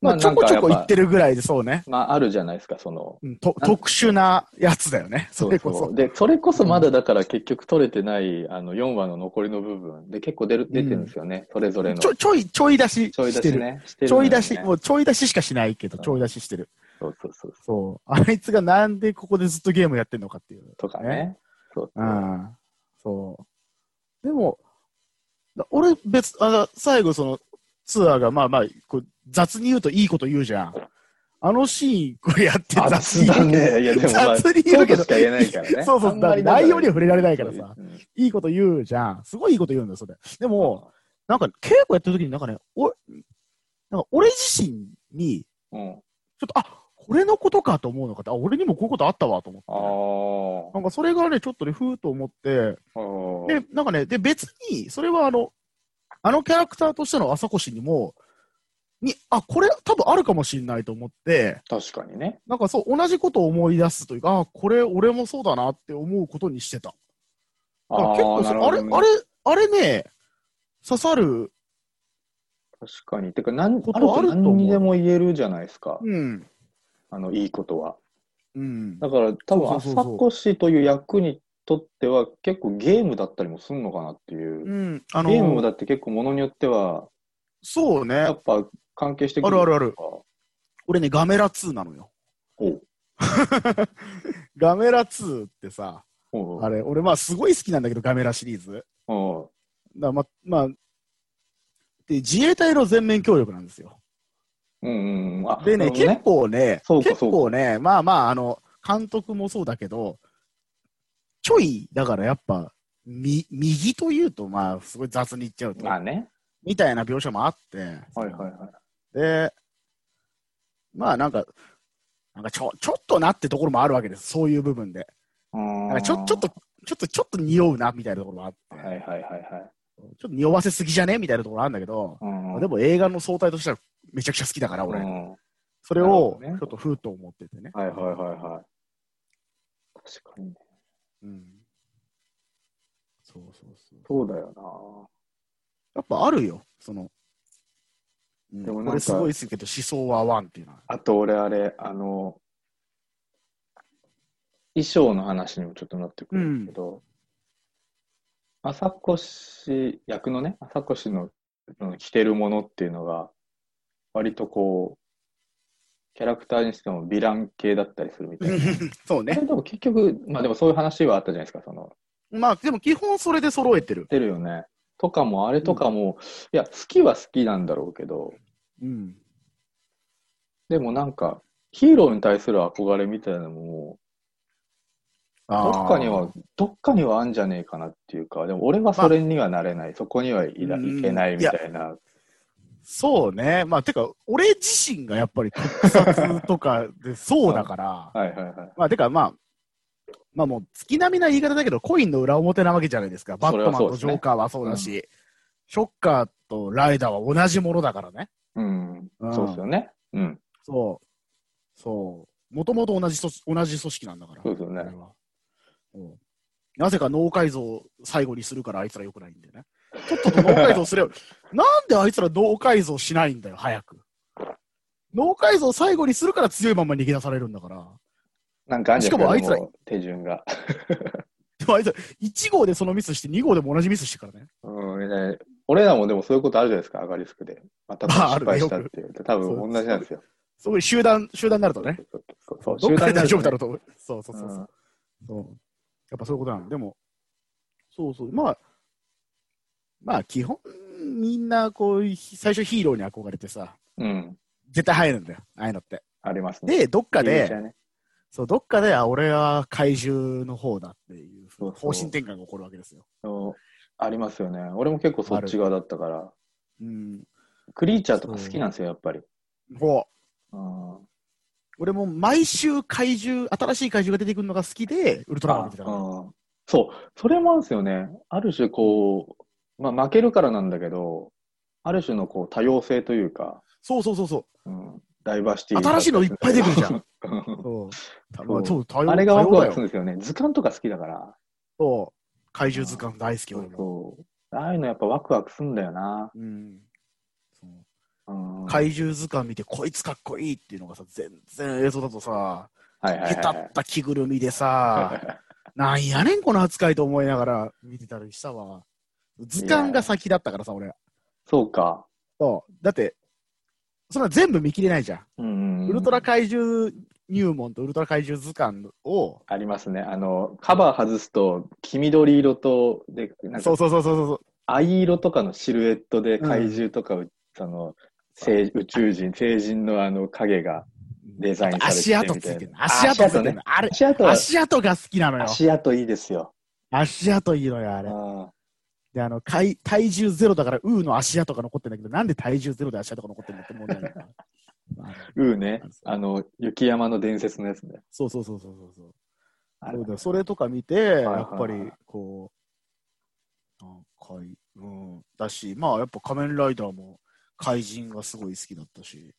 Speaker 4: まあ、ちょこちょこ言って
Speaker 3: る
Speaker 4: るぐらいで、そうね。
Speaker 3: まああるじゃないですかその
Speaker 4: うんと
Speaker 3: なん
Speaker 4: 特殊なやつだよね。それこそ。
Speaker 3: ううでそれこそまだだから結局取れてないあの4話の残りの部分で結構出る出てるんですよね、それぞれの
Speaker 4: ちょ、ちょい、ちょい出し
Speaker 3: ちょい出
Speaker 4: して
Speaker 3: し
Speaker 4: る。
Speaker 3: ね。してる
Speaker 4: ちょい出し、
Speaker 3: のよね
Speaker 4: もうちょい出ししかしないけど、
Speaker 3: うん
Speaker 4: ちょい出ししてる。
Speaker 3: そうそうそう。
Speaker 4: そう。あいつがなんでここでずっとゲームやってんのかっていう。
Speaker 3: とかね。そう
Speaker 4: う。ん。そう。でも、だ俺別、あの最後そのツアーが、まあまあ、こう雑に言うといいこと言うじゃん。あのシーン、これやって雑
Speaker 3: 雑
Speaker 4: に
Speaker 3: だ
Speaker 4: 言う。
Speaker 3: ね。いや、でも、まあ、
Speaker 4: 雑に言うけ
Speaker 3: そ
Speaker 4: ど
Speaker 3: うとしか言えないからね。
Speaker 4: そうそう
Speaker 3: あんまりだから
Speaker 4: 内容には触れられないからさ。
Speaker 3: うん
Speaker 4: いいこと言うじゃん。すごいいいこと言うんだよ、それ。でも、なんか稽古やってる時になんかね、お、なんか俺自身に、
Speaker 3: うん。
Speaker 4: ちょっと、あ、これのことかと思うのかって、あ、俺にもこういうことあったわと思
Speaker 3: あ
Speaker 4: って。なんかそれがね、ちょっとね、ふーと思って、
Speaker 3: ー
Speaker 4: で、なんかね、で、別に、それはあの、あのキャラクターとしての朝越にも、に、あ、これ多分あるかもしれないと思って、
Speaker 3: 確かにね。
Speaker 4: なんかそう、同じことを思い出すというか、あ、これ俺もそうだなって思うことにしてた。だから結構
Speaker 3: ーな
Speaker 4: そ
Speaker 3: る
Speaker 4: う、あ
Speaker 3: ほ
Speaker 4: れ、
Speaker 3: どね
Speaker 4: あれ、あれね、刺さる、
Speaker 3: 確かに。てか、なん
Speaker 4: こ
Speaker 3: ある
Speaker 4: と
Speaker 3: と
Speaker 4: あると思う
Speaker 3: 何にでも言えるじゃないですか。
Speaker 4: うん、
Speaker 3: あの、いいことは。
Speaker 4: うん。
Speaker 3: だから、多分、
Speaker 4: そうそうそう
Speaker 3: 朝
Speaker 4: そう
Speaker 3: 越しという役にとっては、結構ゲームだったりもすんのかなっていう。
Speaker 4: うん、あ
Speaker 3: ゲームも
Speaker 4: の、
Speaker 3: だって結構ものによっては、
Speaker 4: そうね
Speaker 3: や、っぱ関係してく
Speaker 4: あ
Speaker 3: る
Speaker 4: るあるある。
Speaker 3: ある。
Speaker 4: 俺ね、ガメラ2なのよ。
Speaker 3: おう
Speaker 4: ガメラ2ってさ、
Speaker 3: おう
Speaker 4: あれ、俺まあすごい好きなんだけど、ガメラシリーズ。だか
Speaker 3: おう
Speaker 4: らま、まあ、で、自衛隊の全面協力なんですよ。
Speaker 3: うんうんうん。あ
Speaker 4: で
Speaker 3: なる
Speaker 4: ね、
Speaker 3: ほど
Speaker 4: 結構ね、
Speaker 3: そうか
Speaker 4: 結構ね、まあまあ、あの、監督もそうだけど、ちょい、だからやっぱ、み、右というと、まあ、すごい雑に言っちゃうと、
Speaker 3: まあね。
Speaker 4: みたいな描写もあって、
Speaker 3: はいはいはい。
Speaker 4: で、まあなんか、なんかちょ、ちょっとなってところもあるわけです、そういう部分で。なんかちょ、ちょっと、ちょっと、ちょっと匂うな、みたいなところもあって、
Speaker 3: はいはいはいはい。
Speaker 4: ちょっと匂わせすぎじゃねみたいなところあるんだけど、
Speaker 3: うん
Speaker 4: でも映画の総体としてはめちゃくちゃ好きだから、俺。
Speaker 3: うん
Speaker 4: それ
Speaker 3: なるほ
Speaker 4: を、
Speaker 3: ど
Speaker 4: ちょ
Speaker 3: ね
Speaker 4: っとふーと思っててね。
Speaker 3: はいはいはいはい。確かにね。
Speaker 4: うんそうそうそう。
Speaker 3: そうだよ
Speaker 4: やっぱあるよ、その。うん、
Speaker 3: でもなんか
Speaker 4: これすごいですけど、思想は合わんっていうのは。
Speaker 3: な。あと俺あれ、あの、衣装の話にもちょっとなってくるんですけど、朝越役のね、朝越のの着てるものっていうのが、割とこう、キャラクターにしてもヴィラン系だったりするみたいな。
Speaker 4: そう
Speaker 3: あ
Speaker 4: ね。
Speaker 3: れでも結局、まあでもそういう話はあったじゃないですか、その、
Speaker 4: まあ、でも基本それで揃えてる。
Speaker 3: 出るよね。とかも、あれとかも、いや、好きは好きなんだろうけど、
Speaker 4: うん。
Speaker 3: でもなんか、ヒーローに対する憧れみたいなのももう、どっかには、どっかにはあんじゃねえかなっていうか、でも俺はそれにはなれない、そこにはいら
Speaker 4: うん
Speaker 3: いけないみたいな。
Speaker 4: そうね。まあ、てか、俺自身がやっぱり特撮とかでそうだから、
Speaker 3: はいはいはい。
Speaker 4: まあ、てか、まあ、まあもう月並みな言い方だけど、コインの裏表なわけじゃないですか。バットマンとジョーカーはそうだし、ショッカーとライダーは同じものだからね。
Speaker 3: うん
Speaker 4: う。ん
Speaker 3: そうですよね。うん。
Speaker 4: そう。そう。もともと同じ組織同じ組織なんだから。
Speaker 3: そうですよね
Speaker 4: あれはうんなぜか脳改造を最後にするからあいつら良くないんだよね。ちょっとと脳改造 すれば、なんであいつら脳改造しないんだよ、早く。脳改造最後にするから強いまま逃げ出されるんだから。
Speaker 3: なんかあんじゃん
Speaker 4: しかもあいつら
Speaker 3: う手順が。
Speaker 4: でもあいつら1号でそのミスして2号でも同じミスしてからね。
Speaker 3: うん、ね俺らもでもそういうことあるじゃないですか、アガリスクで。また
Speaker 4: まああ
Speaker 3: 失
Speaker 4: るね
Speaker 3: 敗したっていう。多分同じなんですよ。
Speaker 4: すごい集団、集団になるとね。
Speaker 3: そうそうそう
Speaker 4: どっかで
Speaker 3: 集団
Speaker 4: 大丈夫
Speaker 3: ろ
Speaker 4: だろうと思う。そうそうそうそう。そう。やっぱそういうことなの。でも、そうそう。まあ、まあ、基本、みんな、こう、ひ最初ヒーローに憧れてさ、
Speaker 3: うん。うん。
Speaker 4: 絶対入るんだよ。ああいうのって。
Speaker 3: ありますね。
Speaker 4: で、どっか
Speaker 3: 入り口は
Speaker 4: で、
Speaker 3: ね
Speaker 4: そう、どっかで、あ、俺は怪獣の方だっていう、
Speaker 3: そうそう
Speaker 4: 方針転換が起こるわけですよ。
Speaker 3: そうありますよね。俺も結構そっち側だったから。
Speaker 4: うん。
Speaker 3: クリーチャーとか好きなんですよ、やっぱり。
Speaker 4: ほう。
Speaker 3: うん。
Speaker 4: 俺も毎週怪獣、新しい怪獣が出てくるのが好きで、ウルトラマン見てたから。
Speaker 3: うんそう、それもあるんですよね。ある種、こう、まあ、負けるからなんだけど、ある種のこう多様性というか、
Speaker 4: そうそうそうそ
Speaker 3: うん、ダイバーシティ。
Speaker 4: 新しいのいっぱい出てくるじゃんう。
Speaker 3: う
Speaker 4: そう。た
Speaker 3: う
Speaker 4: まあ、そう、多
Speaker 3: ん。
Speaker 4: 様
Speaker 3: あれがワクワクす
Speaker 4: 多
Speaker 3: るん
Speaker 4: 様だよ
Speaker 3: ですよね。図鑑とか好きだから。
Speaker 4: そう。怪獣図鑑大好き、俺も。
Speaker 3: そう。ああいうのやっぱワクワクすんだよな。
Speaker 4: うん。そ
Speaker 3: う
Speaker 4: う
Speaker 3: ん。はい
Speaker 4: 怪獣図鑑見て、こいつかっこいいっていうのがさ、全然映像だとさ、
Speaker 3: はいは
Speaker 4: へ
Speaker 3: い
Speaker 4: た
Speaker 3: は
Speaker 4: っ
Speaker 3: い。
Speaker 4: た着ぐるみでさ、 なんやねん、この扱いと思いながら見てたりしたわ。図鑑が先だったからさ、俺。
Speaker 3: そうか。
Speaker 4: そう。だって、そんな全部見切れないじゃん。
Speaker 3: うん。
Speaker 4: ウルトラ怪獣入門とウルトラ怪獣図鑑を、
Speaker 3: ありますね。あの、カバー外すと、黄緑色と、で、なん
Speaker 4: そ
Speaker 3: か
Speaker 4: う、そうそうそうそう。
Speaker 3: 藍色とかのシルエットで怪獣とか、その、星宇宙人、成人のあの影がデザインされて
Speaker 4: 足跡
Speaker 3: み
Speaker 4: つ
Speaker 3: たい
Speaker 4: い
Speaker 3: な
Speaker 4: てるの。足跡ついてるの。あれ、
Speaker 3: 足跡は、
Speaker 4: 足跡が好きなのよ。
Speaker 3: 足跡いいですよ。
Speaker 4: 足跡いいのよ、あれ。
Speaker 3: あ
Speaker 4: で、あの、体体重ゼロだから、ウーの足跡が残ってんだけど、なんで体重ゼロで足跡が残ってんのって問 題だからまあ
Speaker 3: うーね。あの、雪山の伝説のやつね。
Speaker 4: そうそうそうそうそうそう。
Speaker 3: あ
Speaker 4: そ
Speaker 3: れ
Speaker 4: うだよそれとか見て、
Speaker 3: はい
Speaker 4: やっぱり、こう、なんかい、うん、だし、まあ、やっぱ仮面ライダーも、怪人がすごい好きだったし。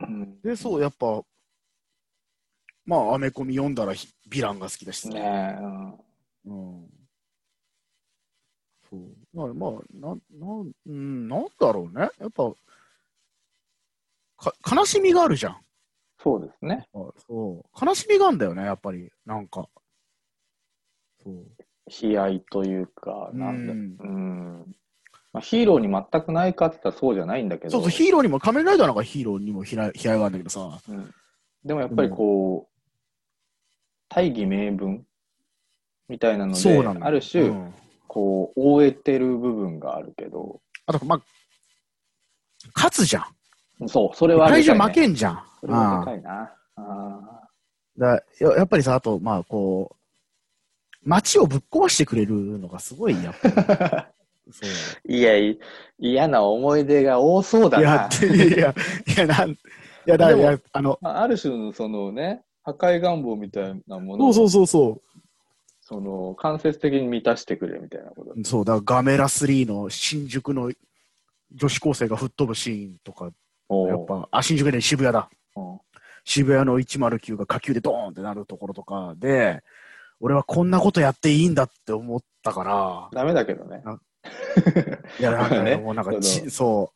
Speaker 3: うん
Speaker 4: で、そう、やっぱ、まあ、アメコミ読んだらひヴィランが好きだし、
Speaker 3: ねえ、うん
Speaker 4: うん。そう。まあ、まあ、なん、なん、うん、なんだろうね。やっぱ、か、悲しみがあるじゃん。
Speaker 3: そうですね。
Speaker 4: あそう。悲しみがあるんだよね、やっぱり。なんか。そう。
Speaker 3: 悲哀というか、なんだ、
Speaker 4: う
Speaker 3: うんん。まあ、ヒーローに全くないかって言ったらそうじゃないんだけど、
Speaker 4: そうそう、ヒーローにも、仮面ライダーなんかヒーローにもひら悲哀があるんだけどさ。
Speaker 3: うんでもやっぱりこう、大義名分みたいなので、
Speaker 4: そうなの。
Speaker 3: ある種、
Speaker 4: うん
Speaker 3: こう、覆えてる部分があるけど、
Speaker 4: あと、まあ、勝つじゃん。
Speaker 3: そう、それはあ
Speaker 4: 体
Speaker 3: り
Speaker 4: 重
Speaker 3: がたい
Speaker 4: 負
Speaker 3: ね
Speaker 4: けんじゃん。
Speaker 3: それは
Speaker 4: う
Speaker 3: で
Speaker 4: ん
Speaker 3: かいな。あ
Speaker 4: だややっぱりさ、あと、まあ、こう、街をぶっ壊してくれるのがすごい、やっ ぱり。そう
Speaker 3: ーいや、い嫌な思い出が多そうだ
Speaker 4: い
Speaker 3: な
Speaker 4: や、。いや、いや、なん、いや、だ、
Speaker 3: で
Speaker 4: い
Speaker 3: も
Speaker 4: や、あの、
Speaker 3: まあ、ある種のそのね、破壊願望みたいなもの
Speaker 4: そ
Speaker 3: を
Speaker 4: うそうそうそ
Speaker 3: その間接的に満たしてくれみたいなこと。
Speaker 4: う。そう、だからガメラ3の新宿の女子高生が吹っ飛ぶシーンとか、
Speaker 3: お
Speaker 4: やっぱ、あ、新宿で渋谷だ。
Speaker 3: うん
Speaker 4: 渋谷の109が火球でドーンってなるところとかで、俺はこんなことやっていいんだって思ったから、
Speaker 3: ダメだけどね。
Speaker 4: いや、なんか
Speaker 3: ね
Speaker 4: ね、もうなんか
Speaker 3: そ
Speaker 4: ち、
Speaker 3: の
Speaker 4: そ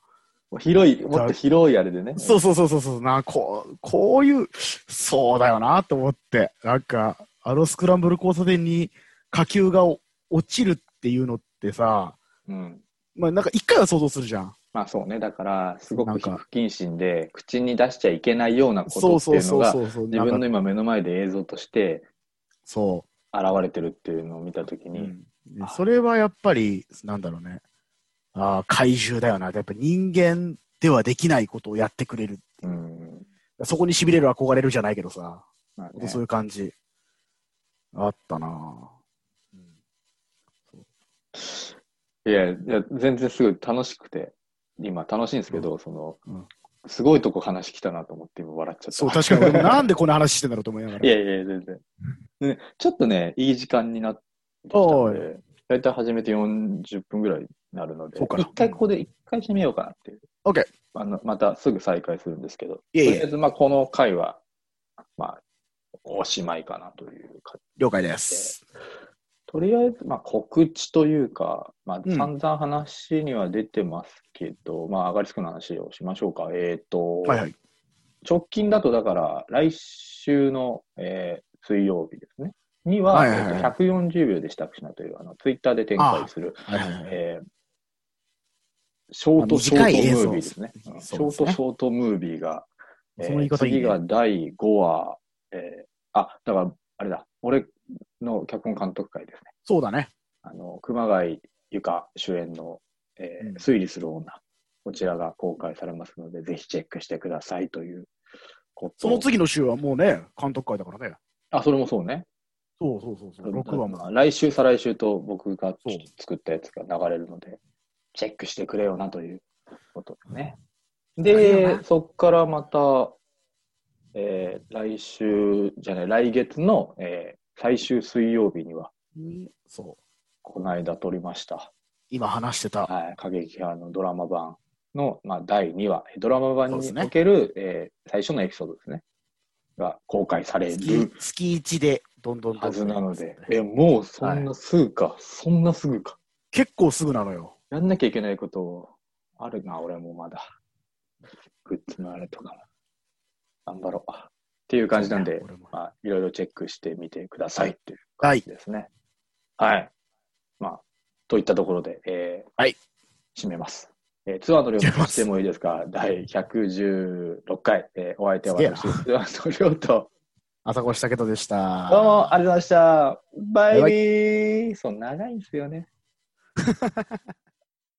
Speaker 4: う。
Speaker 3: 広い、もっと広いあれでね。
Speaker 4: そうそうそうそうそう、なこう、こういう、そうだよなと思って、なんか、あのスクランブル交差点に火球がお落ちるっていうのってさ、
Speaker 3: うん。
Speaker 4: まあなんか一回は想像するじゃん。
Speaker 3: まあそうね。だから、すご
Speaker 4: なん
Speaker 3: く
Speaker 4: か
Speaker 3: 不謹慎で、口に出しちゃいけないようなこ
Speaker 4: そ
Speaker 3: と
Speaker 4: う
Speaker 3: っていうう
Speaker 4: そ
Speaker 3: の
Speaker 4: そう
Speaker 3: が
Speaker 4: そ、うそう。
Speaker 3: 自
Speaker 4: なん
Speaker 3: 分の
Speaker 4: か
Speaker 3: 今目の前で映像として
Speaker 4: そ
Speaker 3: 現れてるっていうのを見たとき
Speaker 4: う、
Speaker 3: に、
Speaker 4: うんそれはやっぱり、なんだろうね。ああ、怪獣だよな。やっぱ人間ではできないことをやってくれる。
Speaker 3: うん。
Speaker 4: そこに痺れる憧れるじゃないけどさ。
Speaker 3: まあ
Speaker 4: ほん
Speaker 3: ね
Speaker 4: とそういう感じ。あったなぁ
Speaker 3: いや、いや全然すごい楽しくて、今楽しいんですけど、その、
Speaker 4: うん
Speaker 3: すごいとこ話来たなと思って今笑っちゃった。
Speaker 4: そう、確かに俺もなんでこの話してんだろうと思いながら。
Speaker 3: いやいや、全然。ね、ちょっとね、いい時間になってきた
Speaker 4: お
Speaker 3: の
Speaker 4: ー
Speaker 3: で、だいたい始めて40分ぐらいになるので、
Speaker 4: そうかな
Speaker 3: 一回ここで一回締めようかなっていう。
Speaker 4: OK
Speaker 3: あのまたすぐ再開するんですけど、
Speaker 4: いえいえ
Speaker 3: とりあえず、まあ、この回は、まあ、おしまいかなというか。
Speaker 4: 了解です。
Speaker 3: とりあえず、まあ、告知というか、まあ、
Speaker 4: うん
Speaker 3: 散々話には出てますけど、まあ、上がりつくの話をしましょうか。えっ、と、
Speaker 4: はいはい。
Speaker 3: 直近だと、だから、来週の、えー水曜日ですね。には、
Speaker 4: はいはいはい
Speaker 3: えーと140秒で支度しなという、あの、ツイッターで展開する、
Speaker 4: はいはいはい。
Speaker 3: えーショートショー
Speaker 4: 短い映
Speaker 3: ト
Speaker 4: 像
Speaker 3: ムービーですね。
Speaker 4: そ
Speaker 3: う
Speaker 4: う
Speaker 3: ん
Speaker 4: です
Speaker 3: シ
Speaker 4: ね
Speaker 3: ョートショートムービーが、えー
Speaker 4: その言い方いいね
Speaker 3: 次が第5話、えーあ、だから、あれだ、俺の脚本監督会ですね。
Speaker 4: そうだね。
Speaker 3: あの、熊谷由香主演の、えー
Speaker 4: うん
Speaker 3: 推理する女、こちらが公開されますので、ぜひチェックしてくださいということ。
Speaker 4: その次の週はもうね、監督会だからね。
Speaker 3: あ、それもそうね。
Speaker 4: そうそうそうそう。6話
Speaker 3: ま
Speaker 4: も
Speaker 3: あ。来週、再来週と僕が
Speaker 4: そう
Speaker 3: 作ったやつが流れるので、チェックしてくれよなということですね。で、そこからまた、えー来週じゃない、来月の、えー最終水曜日には、
Speaker 4: そう。
Speaker 3: この間撮りました。
Speaker 4: 今話してた。
Speaker 3: はい、過激派のドラマ版の、まあ、第2話、ドラマ版
Speaker 4: そう
Speaker 3: に
Speaker 4: ですね
Speaker 3: おける、えー最初のエピソードですね、が公開され
Speaker 4: 月
Speaker 3: る
Speaker 4: 月1でどんどんどんど
Speaker 3: は
Speaker 4: ん
Speaker 3: ずなので、え、もうそんなすぐか、そんなすぐか。
Speaker 4: 結構すぐなのよ。
Speaker 3: やんなきゃいけないことあるな、俺もまだ。グッズのあれとかも。頑張ろう。っていう感じなんで、
Speaker 4: 俺も
Speaker 3: まあ、いろいろチェックしてみてくださいっていう
Speaker 4: は
Speaker 3: 感
Speaker 4: い
Speaker 3: じ。ですね。はい。まあ、といったところで、えー
Speaker 4: はい
Speaker 3: 締めます。えー、ツアーの量と
Speaker 4: 締めます
Speaker 3: してもいいですか第116回、えーお相手は
Speaker 4: すげえな
Speaker 3: 私、ツアーの量と、
Speaker 4: 朝越武人でした。
Speaker 3: どうもありがとうございました。バイ
Speaker 4: バイ
Speaker 3: ビーそう、長いんですよね。